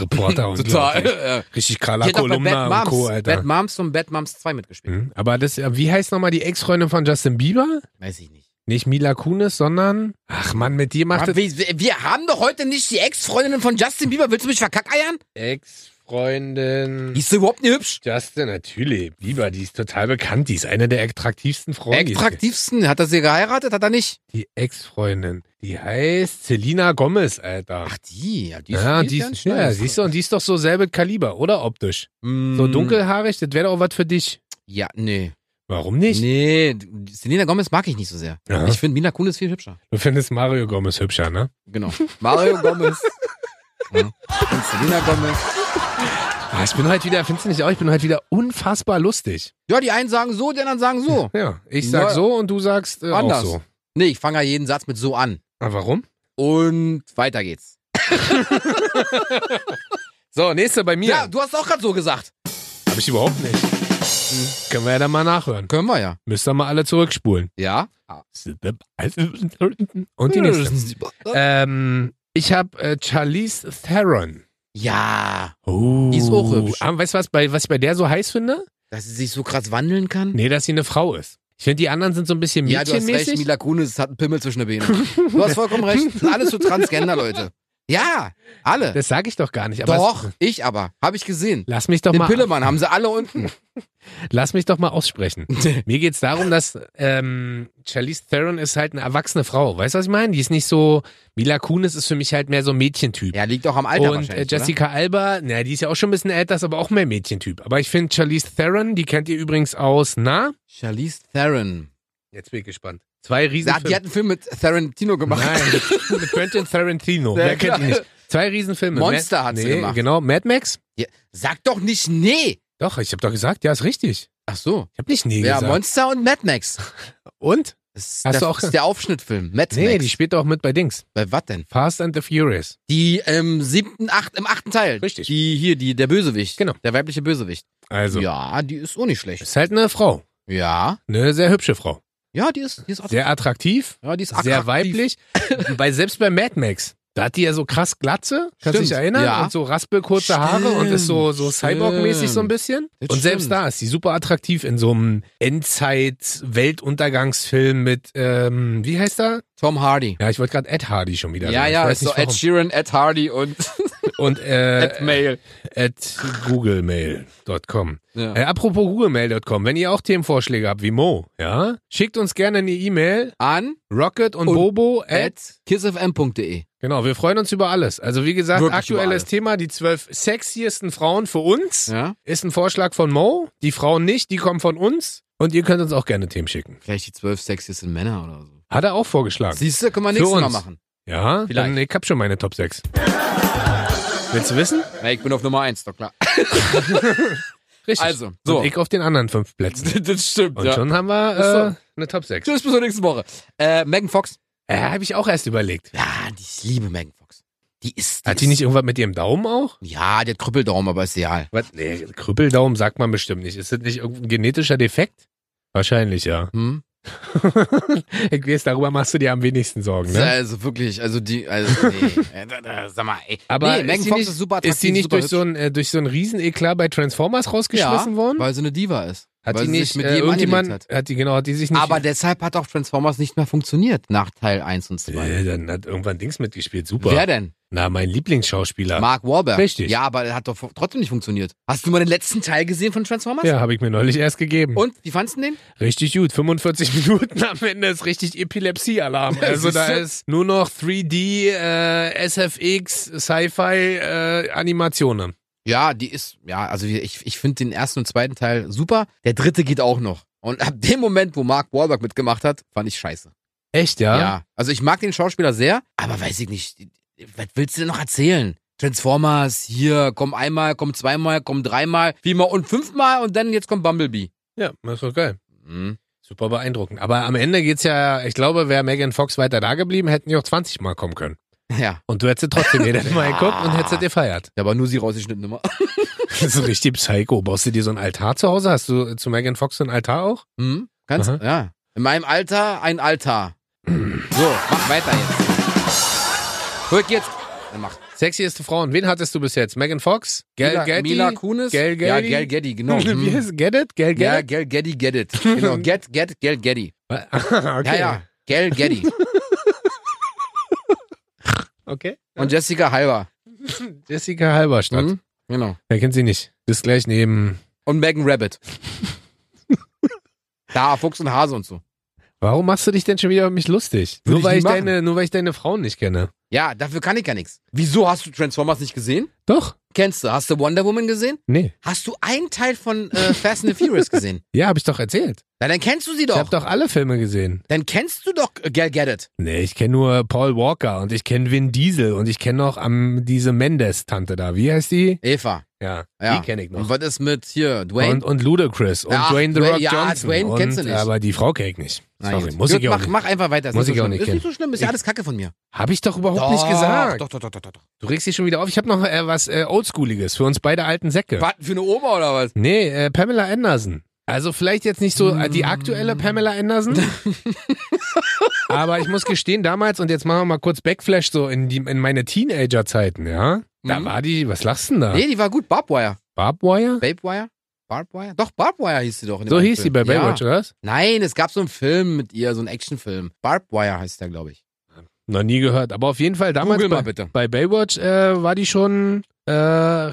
Speaker 2: [LAUGHS]
Speaker 1: Reporter und
Speaker 2: Total. äh,
Speaker 1: richtig
Speaker 2: Die
Speaker 1: Carla
Speaker 2: hat auch bei
Speaker 1: Kolumna
Speaker 2: Bad
Speaker 1: und Co.
Speaker 2: Moms, Bad
Speaker 1: Alter.
Speaker 2: Moms und Bad Moms 2 mitgespielt.
Speaker 1: Hm, Aber das, äh, wie heißt nochmal die Ex-Freundin von Justin Bieber?
Speaker 2: Weiß ich nicht.
Speaker 1: Nicht Mila Kunis, sondern ach Mann, mit dir macht
Speaker 2: Aber
Speaker 1: es
Speaker 2: wir, wir- wir haben doch heute nicht die Ex-Freundin von Justin Bieber. Willst du mich verkackeiern? Die
Speaker 1: Ex-Freundin.
Speaker 2: ist überhaupt nicht hübsch.
Speaker 1: Justin, natürlich. Bieber, die ist total bekannt. Die ist eine der attraktivsten Frauen. die es gibt.
Speaker 2: Attraktivsten. Hat er sie geheiratet? Hat er nicht?
Speaker 1: Die Ex-Freundin. Die heißt Selena Gomez, Alter.
Speaker 2: Ach, die. Ja, die ist,
Speaker 1: Ja,
Speaker 2: die ist
Speaker 1: die
Speaker 2: ganz
Speaker 1: ist,
Speaker 2: schnell.
Speaker 1: ja, siehst du, und die ist doch so selbe Kaliber, oder optisch?
Speaker 2: Mm,
Speaker 1: So dunkelhaarig, das wäre doch was für dich.
Speaker 2: Ja, nee.
Speaker 1: Warum nicht?
Speaker 2: Nee, Selena Gomez mag ich nicht so sehr.
Speaker 1: Ja.
Speaker 2: Ich finde Mila Kunis viel hübscher.
Speaker 1: Du findest Mario Gomez hübscher, ne?
Speaker 2: Genau. [LAUGHS] Mario Gomez. ja. Und Selena Gomez.
Speaker 1: Ah, ich bin heute wieder, findest du nicht auch, ich bin heute wieder unfassbar lustig.
Speaker 2: Ja, die einen sagen so, die anderen sagen so.
Speaker 1: Ja, ich sag
Speaker 2: Na,
Speaker 1: so und du sagst äh, auch
Speaker 2: anders.
Speaker 1: so.
Speaker 2: Nee, ich fange ja jeden Satz mit so an.
Speaker 1: Ah, warum?
Speaker 2: Und weiter geht's.
Speaker 1: So, nächste bei mir.
Speaker 2: Ja, du hast auch gerade so gesagt.
Speaker 1: Hab ich überhaupt nicht. Können wir ja dann mal nachhören.
Speaker 2: Können wir ja.
Speaker 1: Müsst ihr mal alle zurückspulen.
Speaker 2: Ja.
Speaker 1: Und die nächste. Ähm, ich habe äh, Charlize Theron.
Speaker 2: Ja,
Speaker 1: Oh.
Speaker 2: Die ist auch hübsch.
Speaker 1: Aber weißt du, was, bei, was ich bei der so heiß finde?
Speaker 2: dass sie sich so krass wandeln kann.
Speaker 1: Nee, dass sie eine Frau ist. Ich finde, die anderen sind so ein bisschen
Speaker 2: ja, du hast recht,
Speaker 1: mädchenmäßig.
Speaker 2: Mila Kunis hat einen Pimmel zwischen den Beinen. Du hast vollkommen recht.
Speaker 1: [LAUGHS]
Speaker 2: Sind alles so Transgender, Leute. Ja, alle.
Speaker 1: das sage ich doch gar nicht. Aber
Speaker 2: Doch,
Speaker 1: Es,
Speaker 2: ich aber. Habe ich gesehen.
Speaker 1: lass mich doch
Speaker 2: Den
Speaker 1: mal.
Speaker 2: Pillemann haben sie alle unten.
Speaker 1: Lass mich doch
Speaker 2: [LAUGHS]
Speaker 1: mal aussprechen. Mir geht's darum, dass ähm, Charlize Theron ist halt eine erwachsene Frau. Weißt du, was ich meine? Die ist nicht so. Mila Kunis ist für mich halt mehr so ein Mädchentyp.
Speaker 2: Ja, liegt auch am Alter
Speaker 1: und äh,
Speaker 2: wahrscheinlich,
Speaker 1: Jessica Alba, na, die ist ja auch schon ein bisschen älter, ist aber auch mehr Mädchentyp. Aber ich finde Charlize Theron, die kennt ihr übrigens aus, na?
Speaker 2: oder? Charlize Theron.
Speaker 1: Jetzt bin ich gespannt. Zwei
Speaker 2: Sie hat, die [LAUGHS]
Speaker 1: Riesenfilme.
Speaker 2: hat einen Film mit Tarantino gemacht.
Speaker 1: Nein, mit- mit Quentin Tarantino.
Speaker 2: Ja,
Speaker 1: Wer kennt ihn
Speaker 2: klar.
Speaker 1: nicht? Zwei Riesenfilme.
Speaker 2: Monster
Speaker 1: Ma-
Speaker 2: hat sie
Speaker 1: nee,
Speaker 2: gemacht.
Speaker 1: Genau, Mad Max?
Speaker 2: Ja, [LAUGHS] sag doch nicht nee.
Speaker 1: Doch, ich habe doch gesagt, ja, ist richtig.
Speaker 2: Ach so.
Speaker 1: Ich habe nicht nee
Speaker 2: Ja,
Speaker 1: gesagt.
Speaker 2: Monster und Mad Max.
Speaker 1: und?
Speaker 2: Das ist,
Speaker 1: Hast
Speaker 2: der,
Speaker 1: du auch-
Speaker 2: das ist der Aufschnittfilm. Mad
Speaker 1: Nee,
Speaker 2: Max.
Speaker 1: die spielt doch mit bei Dings.
Speaker 2: Bei was denn?
Speaker 1: Fast and the Furious.
Speaker 2: Die im siebten, acht, im achten Teil.
Speaker 1: Richtig.
Speaker 2: Die hier, die, der Bösewicht.
Speaker 1: Genau.
Speaker 2: Der weibliche Bösewicht.
Speaker 1: Also,
Speaker 2: Ja, die ist auch nicht schlecht.
Speaker 1: ist halt eine Frau.
Speaker 2: Ja.
Speaker 1: Eine sehr hübsche Frau.
Speaker 2: Ja, die ist, die ist,
Speaker 1: Sehr attraktiv,
Speaker 2: ja, die ist
Speaker 1: sehr
Speaker 2: attraktiv. [LAUGHS]
Speaker 1: weiblich. Bei, selbst bei Mad Max, da hat die ja so krass Glatze, kannst du dich
Speaker 2: Stimmt,
Speaker 1: erinnern?
Speaker 2: ja.
Speaker 1: Und so raspelkurze Haare und ist so, so
Speaker 2: Stimmt,
Speaker 1: Cyborg-mäßig so
Speaker 2: stimmt.
Speaker 1: ein bisschen.
Speaker 2: Das
Speaker 1: und selbst
Speaker 2: stimmt.
Speaker 1: da ist sie super attraktiv in so einem Endzeit-Weltuntergangsfilm mit, ähm, wie heißt er?
Speaker 2: Tom Hardy.
Speaker 1: Ja, ich wollte gerade Ed Hardy schon wieder
Speaker 2: Ja,
Speaker 1: sagen.
Speaker 2: ja,
Speaker 1: ich
Speaker 2: ist
Speaker 1: weiß
Speaker 2: so
Speaker 1: nicht
Speaker 2: Ed Sheeran, Ed Hardy und
Speaker 1: warum. Und äh,
Speaker 2: Ed Mail.
Speaker 1: at googlemail.com.
Speaker 2: Ja.
Speaker 1: Äh, apropos googlemail.com, wenn ihr auch Themenvorschläge habt wie Mo, ja, schickt uns gerne eine E-Mail
Speaker 2: An
Speaker 1: Rocket und,
Speaker 2: Und
Speaker 1: Bobo at,
Speaker 2: at kissfm.de.
Speaker 1: genau, wir freuen uns über alles. Also wie gesagt,
Speaker 2: Wirklich über
Speaker 1: aktuelles
Speaker 2: alles.
Speaker 1: Thema, die zwölf sexiesten Frauen für uns,
Speaker 2: Ja.
Speaker 1: ist ein Vorschlag von Mo. Die Frauen nicht, die kommen von uns. Und ihr könnt uns auch gerne Themen schicken.
Speaker 2: Vielleicht die zwölf sexiesten Männer oder so.
Speaker 1: Hat er auch vorgeschlagen.
Speaker 2: Siehst du, können wir
Speaker 1: Für
Speaker 2: nächstes Mal
Speaker 1: uns.
Speaker 2: machen.
Speaker 1: ja,
Speaker 2: Vielleicht.
Speaker 1: dann ich hab schon meine Top 6. Willst du wissen?
Speaker 2: Ja, ich bin auf Nummer eins, doch klar.
Speaker 1: Richtig.
Speaker 2: Also, so.
Speaker 1: Und ich auf den anderen fünf
Speaker 2: [LAUGHS]
Speaker 1: Plätzen.
Speaker 2: das stimmt,
Speaker 1: Und
Speaker 2: ja.
Speaker 1: schon haben wir äh, eine Top 6.
Speaker 2: Tschüss, bis zur nächsten Woche. Äh, Megan Fox.
Speaker 1: Äh, habe ich auch erst überlegt.
Speaker 2: Ja, die- ich liebe Megan Fox. Die ist.
Speaker 1: Hat die
Speaker 2: ist-
Speaker 1: nicht irgendwas mit ihrem Daumen auch?
Speaker 2: Ja, der Krüppeldaumen, aber ist real.
Speaker 1: Was? Nee, Krüppeldaumen sagt man bestimmt nicht. Ist das nicht irgendein genetischer Defekt?
Speaker 2: [LAUGHS]
Speaker 1: Wahrscheinlich, ja.
Speaker 2: Hm?
Speaker 1: ich weiß, darüber machst du dir am wenigsten Sorgen,
Speaker 2: Ist
Speaker 1: ne?
Speaker 2: Also wirklich, also die, also
Speaker 1: [LAUGHS]
Speaker 2: nee. Äh, da, da, Sag mal, ey.
Speaker 1: Aber
Speaker 2: nee,
Speaker 1: ist
Speaker 2: Megan
Speaker 1: sie
Speaker 2: Fox
Speaker 1: nicht-
Speaker 2: ist super attraktiv,
Speaker 1: Ist die nicht
Speaker 2: super
Speaker 1: durch so,
Speaker 2: hübsch.
Speaker 1: ein, äh, durch so ein riesen Eklat bei Transformers rausgeschmissen
Speaker 2: ja,
Speaker 1: worden?
Speaker 2: Weil sie eine Diva ist.
Speaker 1: Hat
Speaker 2: Weil
Speaker 1: die
Speaker 2: sie
Speaker 1: nicht
Speaker 2: sich mit
Speaker 1: äh,
Speaker 2: jedem
Speaker 1: irgendjemand,
Speaker 2: angelegt
Speaker 1: hat die genau, hat die sich nicht
Speaker 2: Aber deshalb hat auch Transformers nicht mehr funktioniert nach Teil 1 und 2.
Speaker 1: äh, dann hat irgendwann Dings mitgespielt. Super.
Speaker 2: Wer denn?
Speaker 1: Na, mein Lieblingsschauspieler.
Speaker 2: Mark Wahlberg.
Speaker 1: Richtig.
Speaker 2: Ja, aber er hat doch trotzdem nicht funktioniert. Hast du mal den letzten Teil gesehen von Transformers?
Speaker 1: ja, habe ich mir neulich erst gegeben.
Speaker 2: Und wie fandst du den?
Speaker 1: Richtig gut. 45 [LAUGHS] Minuten am Ende ist richtig Epilepsie-Alarm. Also da
Speaker 2: Siehst du?
Speaker 1: ist nur noch 3D, äh, SFX, Sci-Fi, äh, Animationen.
Speaker 2: Ja, die ist, ja, also wie- ich, ich finde den ersten und zweiten Teil super. Der dritte geht auch noch. Und ab dem Moment, wo Mark Wahlberg mitgemacht hat, fand ich scheiße.
Speaker 1: Echt, ja?
Speaker 2: Ja. Also ich mag den Schauspieler sehr, aber weiß ich nicht, was willst du denn noch erzählen? Transformers, hier, komm einmal, komm zweimal, komm dreimal, viermal und fünfmal und dann jetzt kommt Bumblebee.
Speaker 1: Ja, das ist doch geil.
Speaker 2: Hm.
Speaker 1: Super beeindruckend. Aber am Ende geht's ja, ich glaube, wäre Megan Fox weiter da geblieben, hätten die auch 20 Mal kommen können.
Speaker 2: Ja,
Speaker 1: Und du hättest trotzdem [LAUGHS] jedes Mal geguckt und hättest gefeiert.
Speaker 2: da war nur sie rausgeschnitten immer.
Speaker 1: Das ist richtig Psycho. Baust du dir so ein Altar zu Hause? Hast du zu Megan Fox so ein Altar auch?
Speaker 2: Hm? Kannst,
Speaker 1: Aha.
Speaker 2: ja. In meinem Alter ein Altar. So, mach weiter jetzt. Rück jetzt. Dann mach.
Speaker 1: Sexieste Frauen. Wen hattest du bis jetzt? Megan Fox? Gal
Speaker 2: Mila,
Speaker 1: Getty?
Speaker 2: Mila Kunis.
Speaker 1: Gal
Speaker 2: Ja,
Speaker 1: Gaddy?
Speaker 2: Gal Gaddy, genau.
Speaker 1: [LAUGHS] Wie
Speaker 2: Hm.
Speaker 1: heißt es? Get it? Gal
Speaker 2: Ja,
Speaker 1: Get it?
Speaker 2: Gal Gaddy, get it. Genau, get, get, Gal Gaddy. [LAUGHS]
Speaker 1: okay.
Speaker 2: Ja, ja, Gal Gaddy.
Speaker 1: Okay.
Speaker 2: Und Jessica Halber.
Speaker 1: Jessica Halberstadt.
Speaker 2: Hm? Genau.
Speaker 1: Wer kennt sie nicht? Ist gleich neben.
Speaker 2: Und Megan Rabbit. da, Fuchs und Hase und so.
Speaker 1: Warum machst du dich denn schon wieder über mich lustig?
Speaker 2: Würde
Speaker 1: Nur
Speaker 2: ich
Speaker 1: weil
Speaker 2: nie
Speaker 1: ich,
Speaker 2: machen.
Speaker 1: deine, nur weil ich deine Frauen nicht kenne.
Speaker 2: Ja, dafür kann ich ja nichts. Wieso hast du Transformers nicht gesehen?
Speaker 1: Doch?
Speaker 2: Kennst du? Hast du Wonder Woman gesehen?
Speaker 1: Nee.
Speaker 2: Hast du einen Teil von äh, Fast and the Furious gesehen?
Speaker 1: Ja, habe ich doch erzählt.
Speaker 2: Na, dann kennst du sie
Speaker 1: Ich
Speaker 2: doch.
Speaker 1: habe doch alle Filme gesehen.
Speaker 2: Dann kennst du doch äh, Gal Gadot.
Speaker 1: Nee, ich kenne nur Paul Walker und ich kenne Vin Diesel und ich kenne noch am, diese Mendes-Tante da. Wie heißt die?
Speaker 2: Eva.
Speaker 1: Ja,
Speaker 2: Ja.
Speaker 1: die kenne ich
Speaker 2: Und
Speaker 1: noch.
Speaker 2: was ist mit hier, Dwayne?
Speaker 1: Und, und Ludacris und
Speaker 2: Ach,
Speaker 1: Dwayne The
Speaker 2: Dwayne-
Speaker 1: Rock
Speaker 2: ja,
Speaker 1: Johnson.
Speaker 2: Dwayne
Speaker 1: und,
Speaker 2: kennst du nicht.
Speaker 1: Aber die Frau kenne ich nicht.
Speaker 2: Na
Speaker 1: Sorry,
Speaker 2: gut.
Speaker 1: muss
Speaker 2: Gut,
Speaker 1: ich auch
Speaker 2: mach,
Speaker 1: nicht.
Speaker 2: mach einfach weiter. Ist
Speaker 1: Muss ich
Speaker 2: so
Speaker 1: auch
Speaker 2: schlimm.
Speaker 1: nicht
Speaker 2: Ist nicht
Speaker 1: kennen.
Speaker 2: so schlimm, ist ja
Speaker 1: Ich-
Speaker 2: alles Kacke von mir.
Speaker 1: Habe ich doch überhaupt nicht gesagt.
Speaker 2: Doch, doch, doch, doch, doch. doch.
Speaker 1: Du regst dich schon wieder auf. Ich habe noch äh, was äh, Oldschooliges für uns beide alten Säcke.
Speaker 2: Was, für eine Oma oder was?
Speaker 1: Nee, äh, Pamela Anderson. Also vielleicht jetzt nicht so äh, die
Speaker 2: Hm.
Speaker 1: aktuelle Pamela
Speaker 2: [LAUGHS]
Speaker 1: Anderson. Aber ich muss gestehen, damals, und jetzt machen wir mal kurz Backflash so in, die, in meine Teenager-Zeiten, ja. Da
Speaker 2: Mhm.
Speaker 1: war die, was lachst denn da?
Speaker 2: Nee, die war gut. Barbwire.
Speaker 1: Barbwire?
Speaker 2: Babewire? Barbwire? Doch, Barbwire hieß sie doch. in dem
Speaker 1: So
Speaker 2: einen
Speaker 1: hieß sie
Speaker 2: Film.
Speaker 1: bei Baywatch,
Speaker 2: Ja.
Speaker 1: oder was?
Speaker 2: Nein, es gab so einen Film mit ihr, so einen Actionfilm. Barbwire heißt der, glaube ich.
Speaker 1: Noch nie gehört. Aber auf jeden Fall damals
Speaker 2: Google mal
Speaker 1: bei,
Speaker 2: bitte.
Speaker 1: bei Baywatch äh, war die schon äh,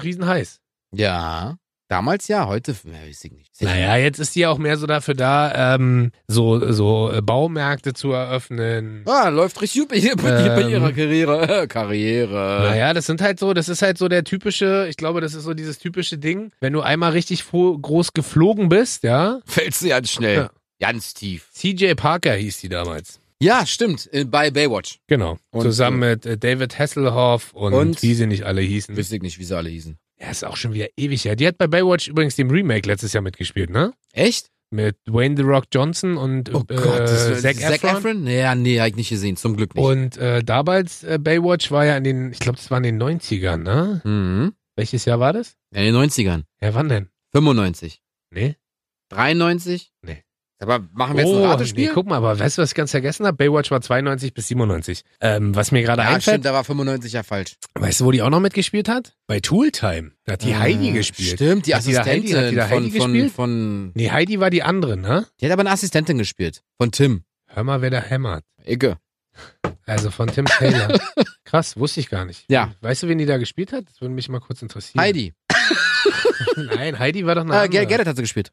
Speaker 1: riesenheiß.
Speaker 2: Ja. Damals ja, heute, ja, weiß ich nicht.
Speaker 1: Naja, jetzt ist die auch mehr so dafür da, ähm, so, so äh, Baumärkte zu eröffnen.
Speaker 2: Ah, läuft richtig gut bei, ihr- bei, ihr- [LAUGHS] bei
Speaker 1: Ähm.
Speaker 2: ihrer Karriere. Karriere.
Speaker 1: Naja, das sind halt so, das ist halt so der typische, ich glaube, das ist so dieses typische Ding, wenn du einmal richtig fo- groß geflogen bist, ja.
Speaker 2: [LAUGHS] Fällt sie ganz schnell.
Speaker 1: Ja.
Speaker 2: Ganz tief.
Speaker 1: CJ Parker hieß die damals.
Speaker 2: Ja, stimmt. äh, Bei Baywatch.
Speaker 1: Genau.
Speaker 2: Und,
Speaker 1: Zusammen mit äh, David Hasselhoff und,
Speaker 2: und-
Speaker 1: wie sie nicht alle hießen.
Speaker 2: Wüsste ich nicht, wie sie alle hießen.
Speaker 1: Ja, ist auch schon wieder ewig her. Die hat bei Baywatch übrigens dem Remake letztes Jahr mitgespielt, ne?
Speaker 2: Echt?
Speaker 1: Mit Dwayne The Rock Johnson und äh,
Speaker 2: Oh das-
Speaker 1: Zac,
Speaker 2: Zac
Speaker 1: Efron.
Speaker 2: Efron? Ja, nee, hab ich nicht gesehen. Zum Glück nicht.
Speaker 1: Und äh, damals, äh, Baywatch war ja in den, ich glaube, das war in den 90ern, ne?
Speaker 2: Mhm.
Speaker 1: Welches Jahr war das?
Speaker 2: In den 90ern.
Speaker 1: Ja, wann denn?
Speaker 2: 95.
Speaker 1: Nee?
Speaker 2: 93?
Speaker 1: Nee. Oh,
Speaker 2: Aber machen wir jetzt ein Ratespiel?
Speaker 1: Nee, guck mal, aber weißt du, was ich ganz vergessen habe? Baywatch war 92 bis 97. Ähm, was mir gerade
Speaker 2: ja, stimmt,
Speaker 1: einfällt,
Speaker 2: da war 95 ja falsch.
Speaker 1: weißt du, wo die auch noch mitgespielt hat? Bei Tooltime. Da hat die
Speaker 2: Ah,
Speaker 1: Heidi gespielt.
Speaker 2: Stimmt, die
Speaker 1: Hat die da Heidi-
Speaker 2: Assistentin
Speaker 1: hat die da
Speaker 2: von,
Speaker 1: Heidi
Speaker 2: von,
Speaker 1: gespielt?
Speaker 2: von...
Speaker 1: Nee, Heidi war die andere, ne?
Speaker 2: Die hat aber eine Assistentin gespielt. Von Tim.
Speaker 1: Hör mal, wer da hämmert.
Speaker 2: Icke.
Speaker 1: Also von
Speaker 2: [LAUGHS]
Speaker 1: Tim Taylor. Krass, wusste ich gar nicht.
Speaker 2: Ja.
Speaker 1: Weißt du, wen die da gespielt hat? Das würde mich mal kurz interessieren.
Speaker 2: Heidi.
Speaker 1: [LAUGHS] Nein, Heidi war doch Hm. eine
Speaker 2: Äh,
Speaker 1: andere.
Speaker 2: Ger- Gerrit hat sie gespielt.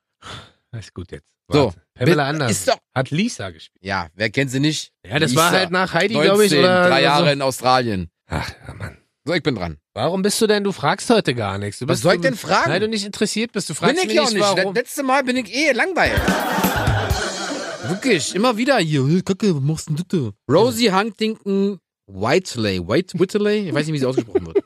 Speaker 1: Ist gut jetzt.
Speaker 2: So.
Speaker 1: Warte. Pamela
Speaker 2: Bin-
Speaker 1: Anderson
Speaker 2: Ist doch...
Speaker 1: hat Lisa gespielt.
Speaker 2: Ja, wer kennt sie nicht?
Speaker 1: Ja, das
Speaker 2: Lisa.
Speaker 1: war halt nach Heidi, glaube ich,
Speaker 2: 19,
Speaker 1: oder
Speaker 2: drei Jahre
Speaker 1: oder So.
Speaker 2: in Australien.
Speaker 1: Ach, ja, Mann.
Speaker 2: So, ich bin dran.
Speaker 1: Warum bist du denn? Du fragst heute gar nichts. Du
Speaker 2: Was
Speaker 1: bist
Speaker 2: soll ich
Speaker 1: du-
Speaker 2: denn fragen?
Speaker 1: Weil du nicht interessiert bist. Du fragst
Speaker 2: bin ich
Speaker 1: mich
Speaker 2: ja auch nicht.
Speaker 1: warum.
Speaker 2: Das letzte Mal bin ich eh langweilig. Wirklich, immer wieder hier. Hey, Kacke, was machst denn du da? Rosie Huntington Whiteley. White Whitley? Ich weiß nicht, wie sie ausgesprochen wird.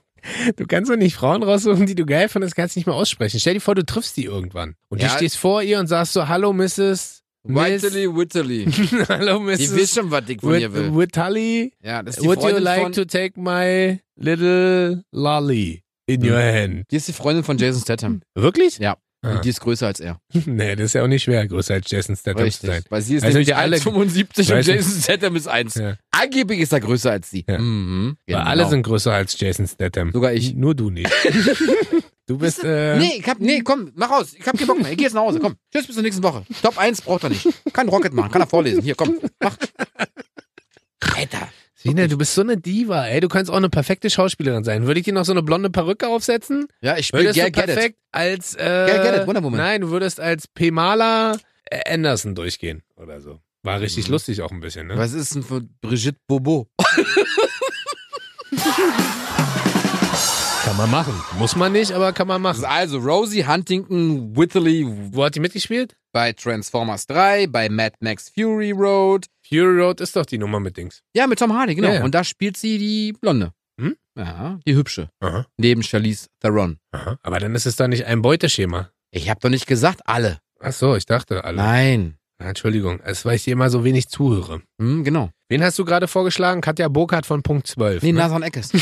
Speaker 1: Du kannst doch nicht Frauen raussuchen, die du geil findest, kannst nicht mehr aussprechen. Stell dir vor, du triffst die irgendwann. Und
Speaker 2: Ja.
Speaker 1: du stehst vor ihr und sagst so, hallo Mrs.
Speaker 2: [LAUGHS]
Speaker 1: Miss,
Speaker 2: Whiteley [LAUGHS] Whitley.
Speaker 1: [LAUGHS] hallo
Speaker 2: Die wisst
Speaker 1: Mrs.
Speaker 2: schon, was ich von ihr will.
Speaker 1: Witali,
Speaker 2: Ja, das ist die
Speaker 1: would you
Speaker 2: Freundin
Speaker 1: like
Speaker 2: von...
Speaker 1: to take my little lolly in
Speaker 2: Hm.
Speaker 1: your hand?
Speaker 2: Die ist die Freundin von Jason Statham.
Speaker 1: Wirklich? [LAUGHS]
Speaker 2: Ja.
Speaker 1: Ah.
Speaker 2: Und die ist größer als er.
Speaker 1: Nee, das ist ja auch nicht schwer, größer als Jason Statham zu sein.
Speaker 2: Richtig. Weil sie ist
Speaker 1: Also
Speaker 2: nämlich
Speaker 1: sind ja alle-
Speaker 2: 1,75 und
Speaker 1: Weiß nicht.
Speaker 2: Jason Statham ist 1.
Speaker 1: Ja.
Speaker 2: Angeblich ist er größer als sie.
Speaker 1: Ja.
Speaker 2: Mhm.
Speaker 1: Weil alle sind größer als Jason
Speaker 2: [LAUGHS]
Speaker 1: Statham.
Speaker 2: Sogar ich.
Speaker 1: Nur du nicht. Du bist, äh,
Speaker 2: Nee, ich hab, nee, komm, mach raus. Ich hab keinen Bock mehr. Ich geh jetzt nach Hause. Komm. Tschüss, bis zur nächsten Woche. Top 1 braucht er nicht. Kann Rocket machen, kann er vorlesen. Hier, komm. Mach. Alter.
Speaker 1: Sine, du bist so eine Diva, ey. Du kannst auch eine perfekte Schauspielerin sein. Würde ich dir noch so eine blonde Perücke aufsetzen?
Speaker 2: Ja, ich spiele
Speaker 1: Würdest
Speaker 2: Gary
Speaker 1: du
Speaker 2: Gadget.
Speaker 1: perfekt als, äh,
Speaker 2: Gary Gadget, Wonder Woman.
Speaker 1: nein, du würdest als Pemala äh, Anderson durchgehen oder so. War richtig
Speaker 2: Mhm.
Speaker 1: lustig auch ein bisschen, ne?
Speaker 2: Was ist denn für Brigitte Bobo?
Speaker 1: Kann man machen. Muss man nicht, aber kann man
Speaker 2: Das ist
Speaker 1: machen.
Speaker 2: also Rosie Huntington Whitley
Speaker 1: Wo hat die mitgespielt?
Speaker 2: bei Transformers 3, bei Mad Max Fury Road.
Speaker 1: Fury Road ist doch die Nummer mit Dings.
Speaker 2: Ja, mit Tom Hardy, genau.
Speaker 1: Ja, ja.
Speaker 2: Und da spielt sie die Blonde.
Speaker 1: Hm?
Speaker 2: Ja, die hübsche.
Speaker 1: Aha,
Speaker 2: Neben Charlize Theron.
Speaker 1: aha. Aber dann ist es doch nicht ein Beuteschema.
Speaker 2: Ich hab doch nicht gesagt, alle.
Speaker 1: Ach so, ich dachte alle.
Speaker 2: Nein.
Speaker 1: Ah, Entschuldigung, es ist, weil ich dir immer so wenig zuhöre.
Speaker 2: Hm, genau.
Speaker 1: Wen hast du gerade vorgeschlagen? Katja Burkhardt von Punkt 12.
Speaker 2: Nee,
Speaker 1: ne?
Speaker 2: Nathan Eckes.
Speaker 1: [LAUGHS]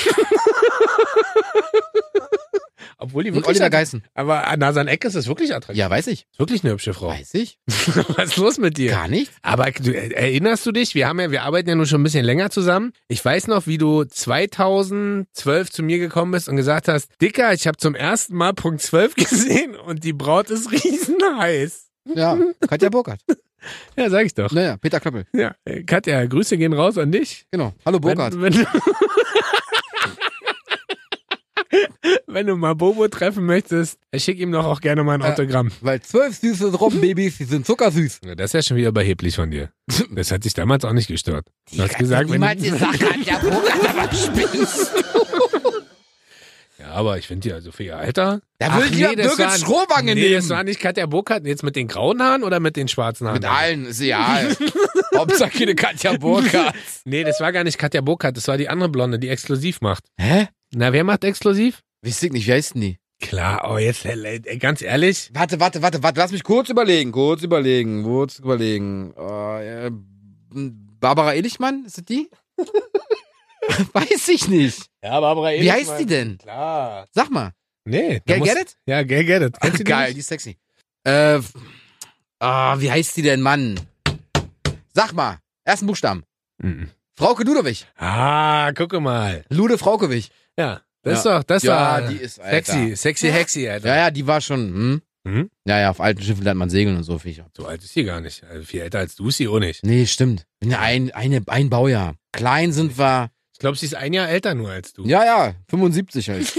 Speaker 1: Obwohl die
Speaker 2: Und
Speaker 1: wirklich...
Speaker 2: Oliver Geissen.
Speaker 1: aber Nasan Eck ist es wirklich attraktiv.
Speaker 2: Ja, weiß ich.
Speaker 1: Ist wirklich eine hübsche Frau.
Speaker 2: Weiß ich.
Speaker 1: [LAUGHS] Was ist los mit dir?
Speaker 2: Gar nicht.
Speaker 1: Aber du, äh, erinnerst du dich? Wir haben ja, wir arbeiten ja nun schon ein bisschen länger zusammen. Ich weiß noch, wie du 2012 zu mir gekommen bist und gesagt hast, Dicker, ich habe zum ersten Mal Punkt 12 [LAUGHS] gesehen und die Braut ist [LAUGHS] riesenheiß.
Speaker 2: Ja, [LAUGHS] Katja Burkhardt.
Speaker 1: Ja, sag ich doch.
Speaker 2: Naja, Peter Klöppel.
Speaker 1: Ja, äh, Katja, Grüße gehen raus an dich.
Speaker 2: Genau. Hallo Burkhardt.
Speaker 1: Wenn, wenn, [LAUGHS] wenn du mal Bobo treffen möchtest, schick ihm doch auch gerne mal ein
Speaker 2: Äh.
Speaker 1: Autogramm.
Speaker 2: Weil zwölf süße Robbenbabys, die sind zuckersüß.
Speaker 1: Ja, Das ist ja schon wieder überheblich von dir. Das hat dich damals auch nicht gestört. Du hast gesagt, wenn
Speaker 2: Niemand gesagt, Katja Burkhardt, aber spinnst du?
Speaker 1: Ja, aber ich finde die also für ihr Alter.
Speaker 2: Da würde ich lieber
Speaker 1: das
Speaker 2: Birgit
Speaker 1: war-
Speaker 2: Schrowange
Speaker 1: nee,
Speaker 2: nehmen.
Speaker 1: Das war nicht Katja Burkhardt. Jetzt mit den grauen Haaren oder mit den schwarzen Haaren?
Speaker 2: Mit allen, ist egal. Hauptsache keine
Speaker 1: [LAUGHS]
Speaker 2: Katja Burkhardt.
Speaker 1: Nee, das war gar nicht Katja Burkhardt. Das war die andere Blonde, die exklusiv macht.
Speaker 2: [LAUGHS] Hä?
Speaker 1: Na, wer macht exklusiv?
Speaker 2: Wisst ihr nicht, wie heißt denn die?
Speaker 1: Klar, oh, jetzt äh, äh, ganz ehrlich.
Speaker 2: Warte, warte, warte, warte, lass mich kurz überlegen, kurz überlegen, kurz überlegen. Äh, äh, Barbara Elichmann, ist das die? [LAUGHS] Weiß ich nicht.
Speaker 1: Ja, Barbara
Speaker 2: Wie heißt die denn?
Speaker 1: Klar.
Speaker 2: Sag mal.
Speaker 1: Nee.
Speaker 2: Gail Gadget?
Speaker 1: Ja, Gail Gadget. Kennst du die
Speaker 2: Geil, die
Speaker 1: nicht?
Speaker 2: ist sexy. Äh, f- ah, wie heißt die denn, Mann? Sag mal. Ersten Buchstaben.
Speaker 1: Mhm.
Speaker 2: Frauke Ludowig.
Speaker 1: Ah, gucke mal.
Speaker 2: Lude Fraukewig.
Speaker 1: Ja, das ist doch, das
Speaker 2: ja,
Speaker 1: war
Speaker 2: die ist Alter.
Speaker 1: sexy, sexy Hexy, Alter.
Speaker 2: Ja, ja, die war schon. Hm?
Speaker 1: Mhm.
Speaker 2: Ja, ja, auf alten Schiffen lernt man segeln und so Viecher.
Speaker 1: So alt ist sie gar nicht. Also viel älter als du ist sie auch nicht.
Speaker 2: Nee, stimmt. Bin ja Ein, eine, ein Baujahr. Klein sind wir.
Speaker 1: Ich glaube, sie ist ein Jahr älter nur als du.
Speaker 2: Ja, ja, 75 halt.
Speaker 1: [LAUGHS]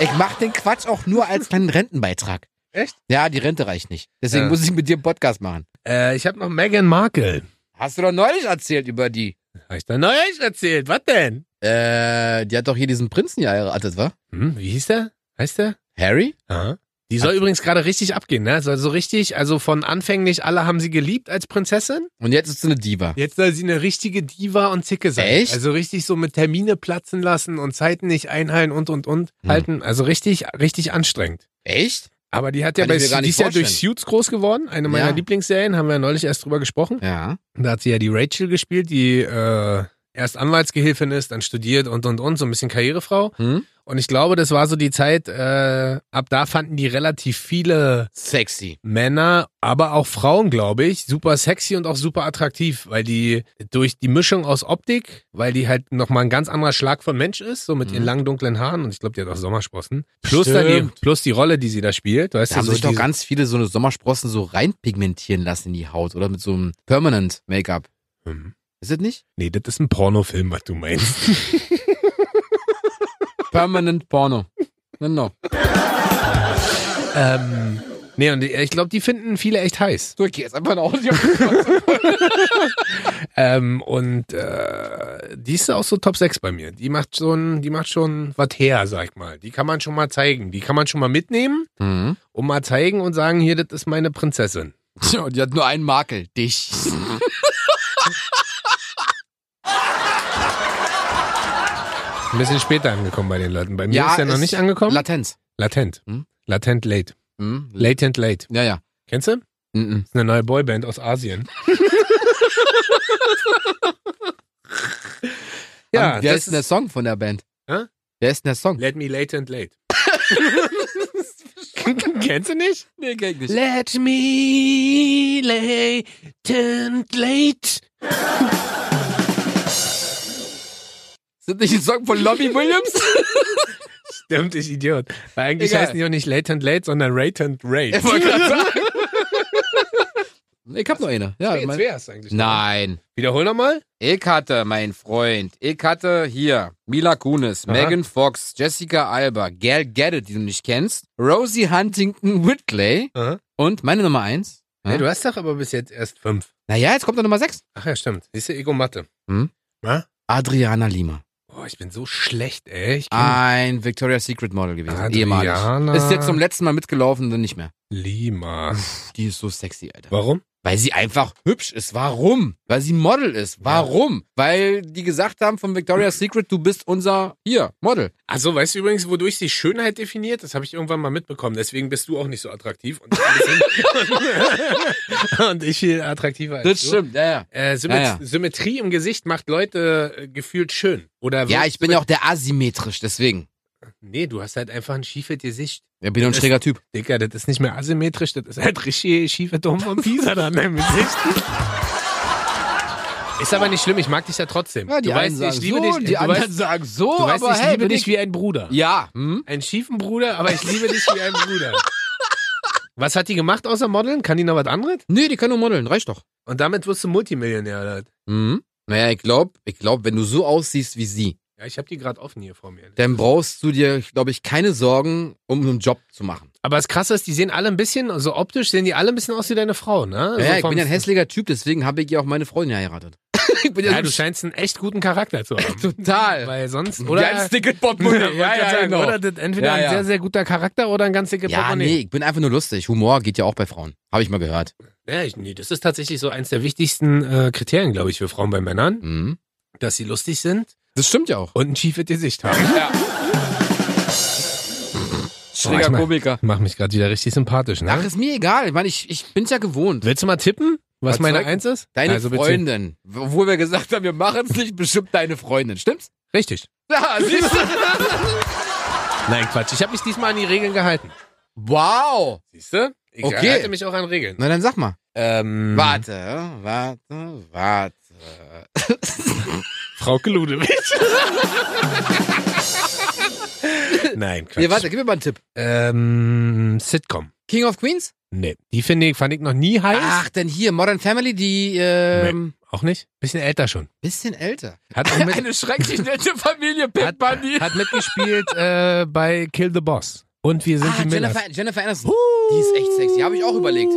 Speaker 2: ich mach den Quatsch auch nur als kleinen Rentenbeitrag.
Speaker 1: Echt?
Speaker 2: Ja, die Rente reicht nicht. Deswegen
Speaker 1: Ja.
Speaker 2: muss ich mit dir einen Podcast machen.
Speaker 1: Äh, ich habe noch Meghan Markle.
Speaker 2: Hast du doch neulich erzählt über die.
Speaker 1: Habe ich da neulich erzählt? Was denn?
Speaker 2: Äh, die hat doch hier diesen Prinzen geheiratet, wa?
Speaker 1: Hm, wie hieß der? Heißt der?
Speaker 2: Harry?
Speaker 1: Aha. Die soll übrigens gerade richtig abgehen, ne? Soll so richtig, also von anfänglich alle haben sie geliebt als Prinzessin.
Speaker 2: Und jetzt ist sie eine Diva.
Speaker 1: Jetzt soll sie eine richtige Diva und Zicke sein.
Speaker 2: Echt?
Speaker 1: Also richtig so mit Termine platzen lassen und Zeiten nicht einhalten und und und
Speaker 2: Hm.
Speaker 1: halten. Also richtig, richtig anstrengend.
Speaker 2: Echt?
Speaker 1: Aber die hat ja
Speaker 2: Kann
Speaker 1: bei
Speaker 2: ich mir gar
Speaker 1: die
Speaker 2: nicht
Speaker 1: ist ja durch
Speaker 2: vorstellen.
Speaker 1: Suits groß geworden, eine meiner
Speaker 2: Ja.
Speaker 1: Lieblingsserien, haben wir ja neulich erst drüber gesprochen.
Speaker 2: Ja.
Speaker 1: Und Da hat sie ja die Rachel gespielt, die äh, erst Anwaltsgehilfin ist, dann studiert und und und, so ein bisschen Karrierefrau.
Speaker 2: Hm?
Speaker 1: Und ich glaube, das war so die Zeit, äh, ab da fanden die relativ viele
Speaker 2: Sexy.
Speaker 1: Männer, aber auch Frauen, glaube ich, super sexy und auch super attraktiv, weil die durch die Mischung aus Optik, weil die halt nochmal ein ganz anderer Schlag von Mensch ist, so mit
Speaker 2: Mhm.
Speaker 1: ihren langen dunklen Haaren und ich glaube, die hat auch Sommersprossen. Plus dann die,
Speaker 2: Stimmt.
Speaker 1: plus die Rolle, die sie da spielt, weißt
Speaker 2: Da
Speaker 1: du,
Speaker 2: haben
Speaker 1: so
Speaker 2: sich doch
Speaker 1: diese-
Speaker 2: ganz viele so eine Sommersprossen so reinpigmentieren lassen in die Haut oder mit so einem Permanent Make-up.
Speaker 1: Hm.
Speaker 2: Ist das [LAUGHS] nicht?
Speaker 1: Nee, das ist ein Pornofilm, was
Speaker 2: [LAUGHS]
Speaker 1: du meinst.
Speaker 2: Permanent Porno. No, no.
Speaker 1: ähm, nee, und ich glaube, die finden viele echt heiß.
Speaker 2: So, ich geh jetzt einfach nach Hause.
Speaker 1: Ähm, und äh, die ist auch so Top 6 bei mir. Die macht schon, die macht schon was her, sag ich mal. Die kann man schon mal zeigen. Die kann man schon mal mitnehmen
Speaker 2: mhm.
Speaker 1: und um mal zeigen und sagen, hier, das ist meine Prinzessin.
Speaker 2: Tja, und die hat nur einen Makel. Dich.
Speaker 1: Ein bisschen später angekommen bei den Leuten. Bei mir ist der noch nicht angekommen.
Speaker 2: Latenz.
Speaker 1: Latent.
Speaker 2: Hm?
Speaker 1: Latent late.
Speaker 2: Mhm.
Speaker 1: Latent late.
Speaker 2: Ja, ja.
Speaker 1: Kennst du? Das
Speaker 2: Mhm.
Speaker 1: ist eine neue Boyband aus
Speaker 2: [LAUGHS]
Speaker 1: Asien. ja,
Speaker 2: Und Wer
Speaker 1: das
Speaker 2: ist denn der Song von der Band?
Speaker 1: Hä?
Speaker 2: Wer ist denn der Song?
Speaker 1: Let me latent
Speaker 2: [LAUGHS]
Speaker 1: late. [LAUGHS] Kennst du nicht?
Speaker 2: Nee, kenn ich
Speaker 1: Let me lay and late.
Speaker 2: Sind nicht die Socken von Lobby Williams? [LAUGHS]
Speaker 1: Stimmt, ich Idiot. Weil eigentlich
Speaker 2: Egal.
Speaker 1: heißen die auch nicht Late and Late, sondern Rate and Rate.
Speaker 2: Ich wollte
Speaker 1: [LAUGHS]
Speaker 2: gerade sagen. Ich hab noch eine. Ja, mein,
Speaker 1: wär's eigentlich.
Speaker 2: nein.
Speaker 1: Wiederhol nochmal.
Speaker 2: Ich hatte, mein Freund, ich hatte hier Mila Kunis,
Speaker 1: Aha.
Speaker 2: Megan Fox, Jessica Alba, Gail Gadot, die du nicht kennst, Rosie Huntington Whitley
Speaker 1: Aha.
Speaker 2: und meine Nummer eins. Ja?
Speaker 1: Nee, du hast doch aber bis jetzt erst fünf.
Speaker 2: Naja, jetzt kommt noch Nummer sechs.
Speaker 1: Ach ja, stimmt. Siehst du, Ego Mathe.
Speaker 2: Hm?
Speaker 1: Na?
Speaker 2: Adriana Lima.
Speaker 1: Oh, ich bin so schlecht, ey. Ich kenn
Speaker 2: Ein Victoria's Secret Model gewesen. Ehemalig.
Speaker 1: Adriana
Speaker 2: Ist jetzt zum letzten Mal mitgelaufen, dann nicht mehr.
Speaker 1: Lima.
Speaker 2: Die ist so sexy, Alter.
Speaker 1: Warum?
Speaker 2: Weil sie einfach hübsch ist. Warum? Weil sie Model ist. Warum? Weil die gesagt haben von Victoria's Secret, du bist unser, hier, Model.
Speaker 1: Also, weißt du übrigens, wodurch sich Schönheit definiert? Das habe ich irgendwann mal mitbekommen. Deswegen bist du auch nicht so attraktiv. Und [LAUGHS] ich, und ich viel attraktiver als du.
Speaker 2: ja, ja.
Speaker 1: Äh, Symmet
Speaker 2: Ja, ja.
Speaker 1: Symmetrie im Gesicht macht Leute äh, gefühlt schön. Oder
Speaker 2: Ja,
Speaker 1: wirkt
Speaker 2: ich bin ja auch der asymmetrisch, deswegen.
Speaker 1: Nee, du hast halt einfach ein schiefes Gesicht.
Speaker 2: Ich bin ja ein schräger Typ.
Speaker 1: Digga, das ist nicht mehr asymmetrisch, das ist halt richtig schiefe Dom von Pisa da an deinem Gesicht. Ist aber nicht schlimm, ich mag dich ja trotzdem. du weißt, ich liebe dich, du weißt,
Speaker 2: sagen so,
Speaker 1: du weißt ich liebe dich wie ein Bruder.
Speaker 2: Ja, hm?
Speaker 1: Einen schiefen Bruder, aber ich liebe dich wie ein Bruder. Was hat die gemacht außer Modeln? Kann die noch was anderes?
Speaker 2: Nee, die können nur modeln, reicht doch.
Speaker 1: Und damit wirst du Multimillionär. Oder?
Speaker 2: Hm? Naja, ich glaub, ich glaub, wenn du so aussiehst wie sie,
Speaker 1: Ja, ich habe die gerade offen hier vor mir.
Speaker 2: dann brauchst du dir, glaube ich, keine Sorgen, um einen Job zu machen.
Speaker 1: Aber das Krasse ist, die sehen alle ein bisschen, also optisch sehen die alle ein bisschen aus wie deine Frau, ne?
Speaker 2: ja,
Speaker 1: so
Speaker 2: ich
Speaker 1: vom-
Speaker 2: bin ja ein hässlicher Typ, deswegen habe ich ja auch meine Freundin geheiratet. ich bin
Speaker 1: Ja, du scheinst einen echt guten Charakter zu
Speaker 2: [LAUGHS]
Speaker 1: haben.
Speaker 2: total.
Speaker 1: Weil sonst, oder?
Speaker 2: dicke [LAUGHS]
Speaker 1: ja, ja, genau. Oder das entweder
Speaker 2: Ja, ja.
Speaker 1: ein sehr, sehr guter Charakter oder ein ganz dicker
Speaker 2: Ja, nee, ich bin einfach nur lustig. Humor geht ja auch bei Frauen. Habe ich mal gehört.
Speaker 1: Ja, ich, nee, das ist tatsächlich so eins der wichtigsten äh, Kriterien, glaube ich, für Frauen bei Männern,
Speaker 2: Hm?
Speaker 1: dass sie lustig sind
Speaker 2: Das stimmt ja auch.
Speaker 1: und ein schiefes Gesicht haben. Boah, ich
Speaker 2: Schräger
Speaker 1: mein-
Speaker 2: Komiker.
Speaker 1: [LAUGHS] Mach mich gerade wieder richtig sympathisch,
Speaker 2: Ach,
Speaker 1: ne?
Speaker 2: ist mir egal. Ich meine, ich, ich bin's ja gewohnt.
Speaker 1: Willst du mal tippen, was
Speaker 2: Was
Speaker 1: meine
Speaker 2: soll-
Speaker 1: Eins ist?
Speaker 2: Deine
Speaker 1: also, bitte.
Speaker 2: Freundin. Obwohl wir gesagt haben, wir machen es nicht, bestimmt deine Freundin. Stimmt's? [LAUGHS]
Speaker 1: Richtig.
Speaker 2: Ja, siehst du?
Speaker 1: Nein, Quatsch. Ich habe mich diesmal an die Regeln gehalten.
Speaker 2: Wow.
Speaker 1: Siehst du? Ich
Speaker 2: Okay.
Speaker 1: halte mich auch an Regeln.
Speaker 2: Na dann sag mal.
Speaker 1: Ähm,
Speaker 2: Warte, warte, warte.
Speaker 1: Frauke Ludewig. [LAUGHS] Nein, Quatsch.
Speaker 2: Nee, warte, gib mir mal einen Tipp.
Speaker 1: Ähm, Sitcom.
Speaker 2: King of Queens?
Speaker 1: Nee. Die finde ich, fand ich noch nie heiß.
Speaker 2: Ach, denn hier, Modern Family, die, ähm,
Speaker 1: Auch nicht? Bisschen älter schon.
Speaker 2: bisschen [LAUGHS] älter.
Speaker 1: Hat, auch mit,
Speaker 2: schrecklich nette Familie,
Speaker 1: Hat- hat mitgespielt äh, bei Kill the Boss. Und wir sind
Speaker 2: Ah,
Speaker 1: die Millers.
Speaker 2: Jennifer, Jennifer Aniston. Die ist echt sexy, habe ich auch überlegt.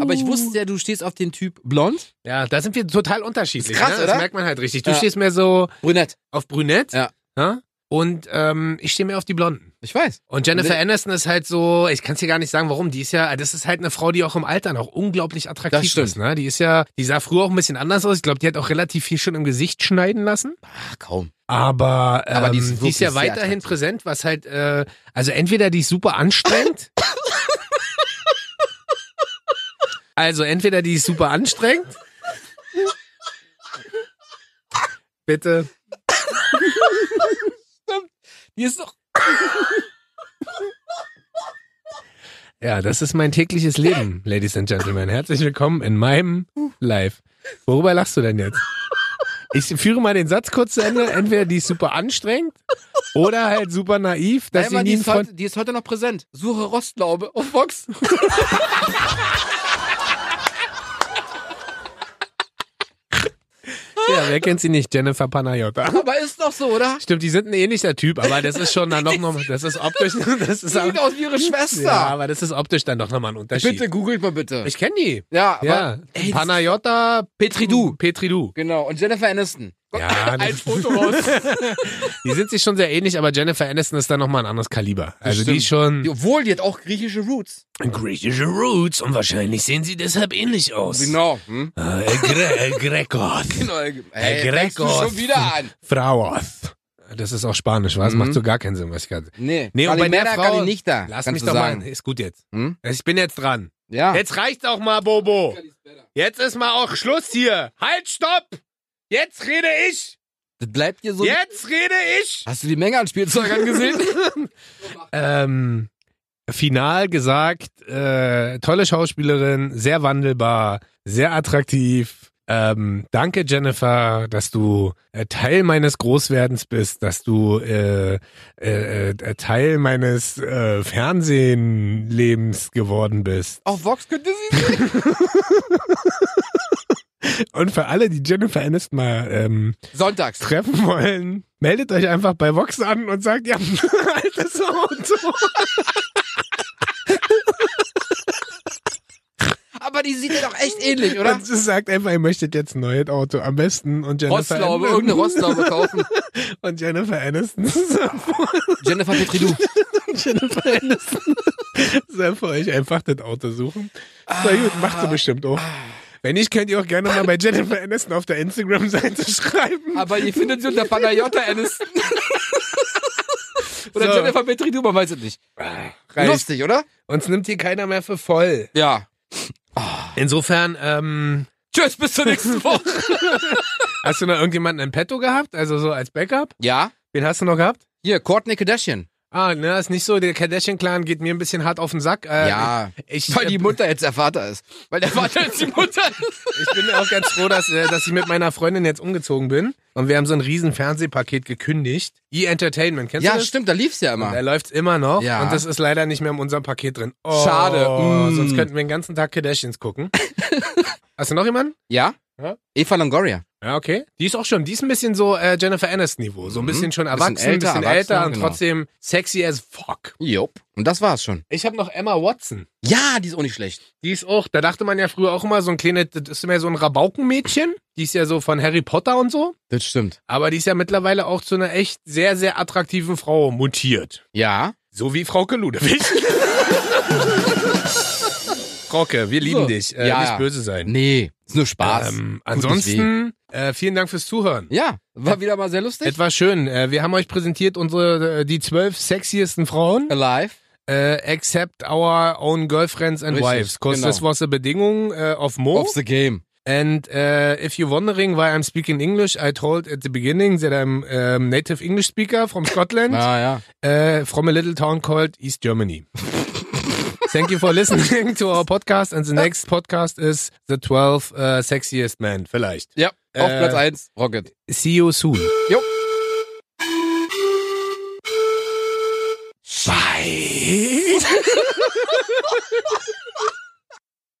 Speaker 2: Aber ich wusste ja, du stehst auf den Typ blond.
Speaker 1: Ja, da sind wir total unterschiedlich.
Speaker 2: Ist krass,
Speaker 1: ne? Das
Speaker 2: oder?
Speaker 1: merkt man halt richtig. Du
Speaker 2: Ja.
Speaker 1: stehst mehr so
Speaker 2: Brünett.
Speaker 1: auf Brünett.
Speaker 2: Ja.
Speaker 1: ne? Und ähm, ich stehe mehr auf die Blonden.
Speaker 2: Ich weiß.
Speaker 1: Und Jennifer
Speaker 2: Nee.
Speaker 1: Aniston ist halt so, ich kann es dir gar nicht sagen, warum. Die ist ja, das ist halt eine Frau, die auch im Alter noch unglaublich attraktiv
Speaker 2: Das stimmt.
Speaker 1: ist. Ne? Die ist ja, die sah früher auch ein bisschen anders aus. Ich glaube, die hat auch relativ viel schon im Gesicht schneiden lassen.
Speaker 2: Ach, kaum.
Speaker 1: Aber, ähm,
Speaker 2: Aber die
Speaker 1: die,
Speaker 2: ist
Speaker 1: ist
Speaker 2: wirklich
Speaker 1: ja
Speaker 2: sehr
Speaker 1: weiterhin
Speaker 2: attraktiv.
Speaker 1: präsent, was halt, äh, also entweder die ist super anstrengend. also entweder die ist super anstrengend. Bitte.
Speaker 2: Die ist doch.
Speaker 1: Ja, das ist mein tägliches Leben, Ladies and Gentlemen. Herzlich willkommen in meinem Live. Worüber lachst du denn jetzt? Ich führe mal den Satz kurz zu Ende. Entweder die ist super anstrengend oder halt super naiv, dass
Speaker 2: Einmal,
Speaker 1: sie
Speaker 2: die,
Speaker 1: nie einen
Speaker 2: ist
Speaker 1: Freund
Speaker 2: heute, die ist heute noch präsent. Suche Rostlaube auf Vox.
Speaker 1: [LAUGHS] Ja, wer kennt sie nicht? Jennifer Panayota.
Speaker 2: Aber ist doch so, oder?
Speaker 1: Stimmt, die sind ein ähnlicher Typ, aber das ist schon dann doch nochmal, das ist
Speaker 2: [LAUGHS]
Speaker 1: optisch, das ist
Speaker 2: Sieht
Speaker 1: auch,
Speaker 2: aus wie ihre Schwester.
Speaker 1: ja, aber das ist optisch dann doch nochmal ein Unterschied.
Speaker 2: Bitte googelt mal bitte.
Speaker 1: Ich kenne die.
Speaker 2: ja, aber,
Speaker 1: Ja,
Speaker 2: Ey,
Speaker 1: Panayota
Speaker 2: Petridou.
Speaker 1: Petridou.
Speaker 2: Genau, und Jennifer Aniston. Kommt [LAUGHS]
Speaker 1: Ja,
Speaker 2: ein
Speaker 1: das- [LAUGHS]
Speaker 2: Foto raus.
Speaker 1: Die sind sich schon sehr ähnlich, aber Jennifer Aniston ist dann nochmal ein anderes Kaliber. Also die
Speaker 2: stimmt.
Speaker 1: ist schon
Speaker 2: Die- Obwohl, die hat auch griechische Roots.
Speaker 1: griechische Roots und wahrscheinlich sehen sie deshalb ähnlich aus.
Speaker 2: Genau.
Speaker 1: [LAUGHS]
Speaker 2: Hm?
Speaker 1: Äh, Gre El Grecos.
Speaker 2: genau. Ey,
Speaker 1: Herr
Speaker 2: fängst du
Speaker 1: Gregor.
Speaker 2: schon wieder an.
Speaker 1: Fraos. Das ist auch Spanisch, was?
Speaker 2: Mhm.
Speaker 1: Macht so gar keinen Sinn, was ich gerade
Speaker 2: Nee,
Speaker 1: Nee, und bei der
Speaker 2: Calimera
Speaker 1: Frau-
Speaker 2: Calinita,
Speaker 1: Lass
Speaker 2: kannst
Speaker 1: mich
Speaker 2: du
Speaker 1: doch
Speaker 2: sagen.
Speaker 1: mal. Ist gut jetzt. Also
Speaker 2: Hm? Ah.
Speaker 1: Ich bin jetzt dran.
Speaker 2: Ja.
Speaker 1: Jetzt reicht's auch mal, Bobo. Jetzt ist mal auch Schluss hier. Halt, stopp! Jetzt rede ich!
Speaker 2: Das bleibt dir so.
Speaker 1: Jetzt rede ich!
Speaker 2: Hast du die Menge an
Speaker 1: [LAUGHS]
Speaker 2: Spielzeug angesehen?
Speaker 1: Ähm, final gesagt, äh, tolle Schauspielerin, sehr wandelbar, sehr attraktiv, Ähm, danke, Jennifer, dass du äh, Teil meines Großwerdens bist, dass du äh, äh, äh, Teil meines äh, Fernsehenlebens geworden bist.
Speaker 2: Auf Vox könnte sie
Speaker 1: [LAUGHS]
Speaker 2: nicht.
Speaker 1: Und für alle, die Jennifer Aniston mal ähm,
Speaker 2: Sonntags.
Speaker 1: treffen wollen, meldet euch einfach bei Vox an und sagt, ja, [LAUGHS] altes Auto.
Speaker 2: Aber die sieht ja doch echt ähnlich, oder?
Speaker 1: Und sie sagt einfach, ihr möchtet jetzt ein neues Auto am besten. Und Jennifer,
Speaker 2: Rostlaube, irgendeine
Speaker 1: [LAUGHS]
Speaker 2: Rostlaube kaufen.
Speaker 1: und Jennifer Aniston [LAUGHS]
Speaker 2: Jennifer Petridou.
Speaker 1: Jennifer Aniston soll für euch einfach das Auto suchen.
Speaker 2: Ah.
Speaker 1: So gut, macht sie bestimmt auch. Wenn nicht, könnt ihr auch gerne mal bei Jennifer Aniston auf der Instagram-Seite [LAUGHS] schreiben.
Speaker 2: Aber ihr findet sie unter Panayota Aniston. Oder
Speaker 1: So.
Speaker 2: Jennifer Petridou, man weiß es nicht.
Speaker 1: Reicht.
Speaker 2: Lustig, oder?
Speaker 1: Uns nimmt hier keiner mehr für voll.
Speaker 2: Ja.
Speaker 1: Insofern, ähm,
Speaker 2: Tschüss, bis zur nächsten Woche.
Speaker 1: hast du noch irgendjemanden im Petto gehabt? Also so als Backup?
Speaker 2: [LAUGHS] ja.
Speaker 1: Wen hast du noch gehabt?
Speaker 2: Hier, Courtney Kardashian.
Speaker 1: Ah, ne, ist nicht so. Der Kardashian-Clan geht mir ein bisschen hart auf den Sack. Äh,
Speaker 2: ja.
Speaker 1: Ich,
Speaker 2: Weil
Speaker 1: äh,
Speaker 2: die Mutter jetzt der Vater ist. Weil der Vater jetzt die Mutter [LAUGHS] ist.
Speaker 1: Ich bin auch ganz froh, dass, äh, dass ich mit meiner Freundin jetzt umgezogen bin. Und wir haben so ein riesen Fernsehpaket gekündigt. E-Entertainment, kennst du
Speaker 2: Ja,
Speaker 1: das?
Speaker 2: stimmt, da lief's ja
Speaker 1: Da
Speaker 2: immer.
Speaker 1: läuft's immer noch.
Speaker 2: Ja.
Speaker 1: Und das ist leider nicht mehr in unserem Paket drin. Oh,
Speaker 2: Schade. Mm.
Speaker 1: Sonst könnten wir den ganzen Tag
Speaker 2: [LAUGHS]
Speaker 1: Kardashians gucken. Hast du noch jemanden?
Speaker 2: Ja?
Speaker 1: Ja.
Speaker 2: Eva Longoria.
Speaker 1: Ja, okay. Die ist auch schon, die ist ein bisschen so äh, Jennifer Aniston-Niveau. So ein
Speaker 2: Mhm.
Speaker 1: bisschen schon
Speaker 2: Bisschen
Speaker 1: erwachsen, bisschen
Speaker 2: älter,
Speaker 1: älter,
Speaker 2: erwachsen,
Speaker 1: und
Speaker 2: genau.
Speaker 1: trotzdem sexy as fuck.
Speaker 2: Jupp. Und das war's schon.
Speaker 1: Ich habe noch Emma Watson.
Speaker 2: Ja, die ist auch nicht schlecht.
Speaker 1: Die ist auch, da dachte man ja früher auch immer, so ein kleines, das ist mehr so ein Rabaukenmädchen. Die ist ja so von Harry Potter und so.
Speaker 2: Das stimmt.
Speaker 1: Aber die ist ja mittlerweile auch zu einer echt sehr, sehr attraktiven Frau mutiert.
Speaker 2: Ja.
Speaker 1: So wie Frauke Ludewig. [LAUGHS] Frauke, wir lieben
Speaker 2: So.
Speaker 1: dich. Äh,
Speaker 2: Ja.
Speaker 1: Nicht böse sein.
Speaker 2: Nee, ist nur Spaß.
Speaker 1: Ähm,
Speaker 2: nicht
Speaker 1: ansonsten, äh, vielen Dank fürs Zuhören.
Speaker 2: ja, war wieder mal sehr lustig.
Speaker 1: Es war schön. Äh, wir haben euch präsentiert unsere äh, die zwölf sexiesten Frauen,
Speaker 2: Alive.
Speaker 1: äh, except our own girlfriends and
Speaker 2: Richtig,
Speaker 1: wives. Because
Speaker 2: genau.
Speaker 1: this was a Bedingung äh, of Mo.
Speaker 2: Of the game.
Speaker 1: And uh, if you're wondering why I'm speaking English, I told at the beginning that I'm um, native English speaker from Scotland,
Speaker 2: Ah, ja.
Speaker 1: uh, from a little town called East Germany. Thank you for listening to our podcast. And the next podcast is the 12 uh, sexiest men. Vielleicht.
Speaker 2: Ja, auf
Speaker 1: Äh,
Speaker 2: Platz 1, Rocket.
Speaker 1: See you soon.
Speaker 2: Jo.
Speaker 1: Bye.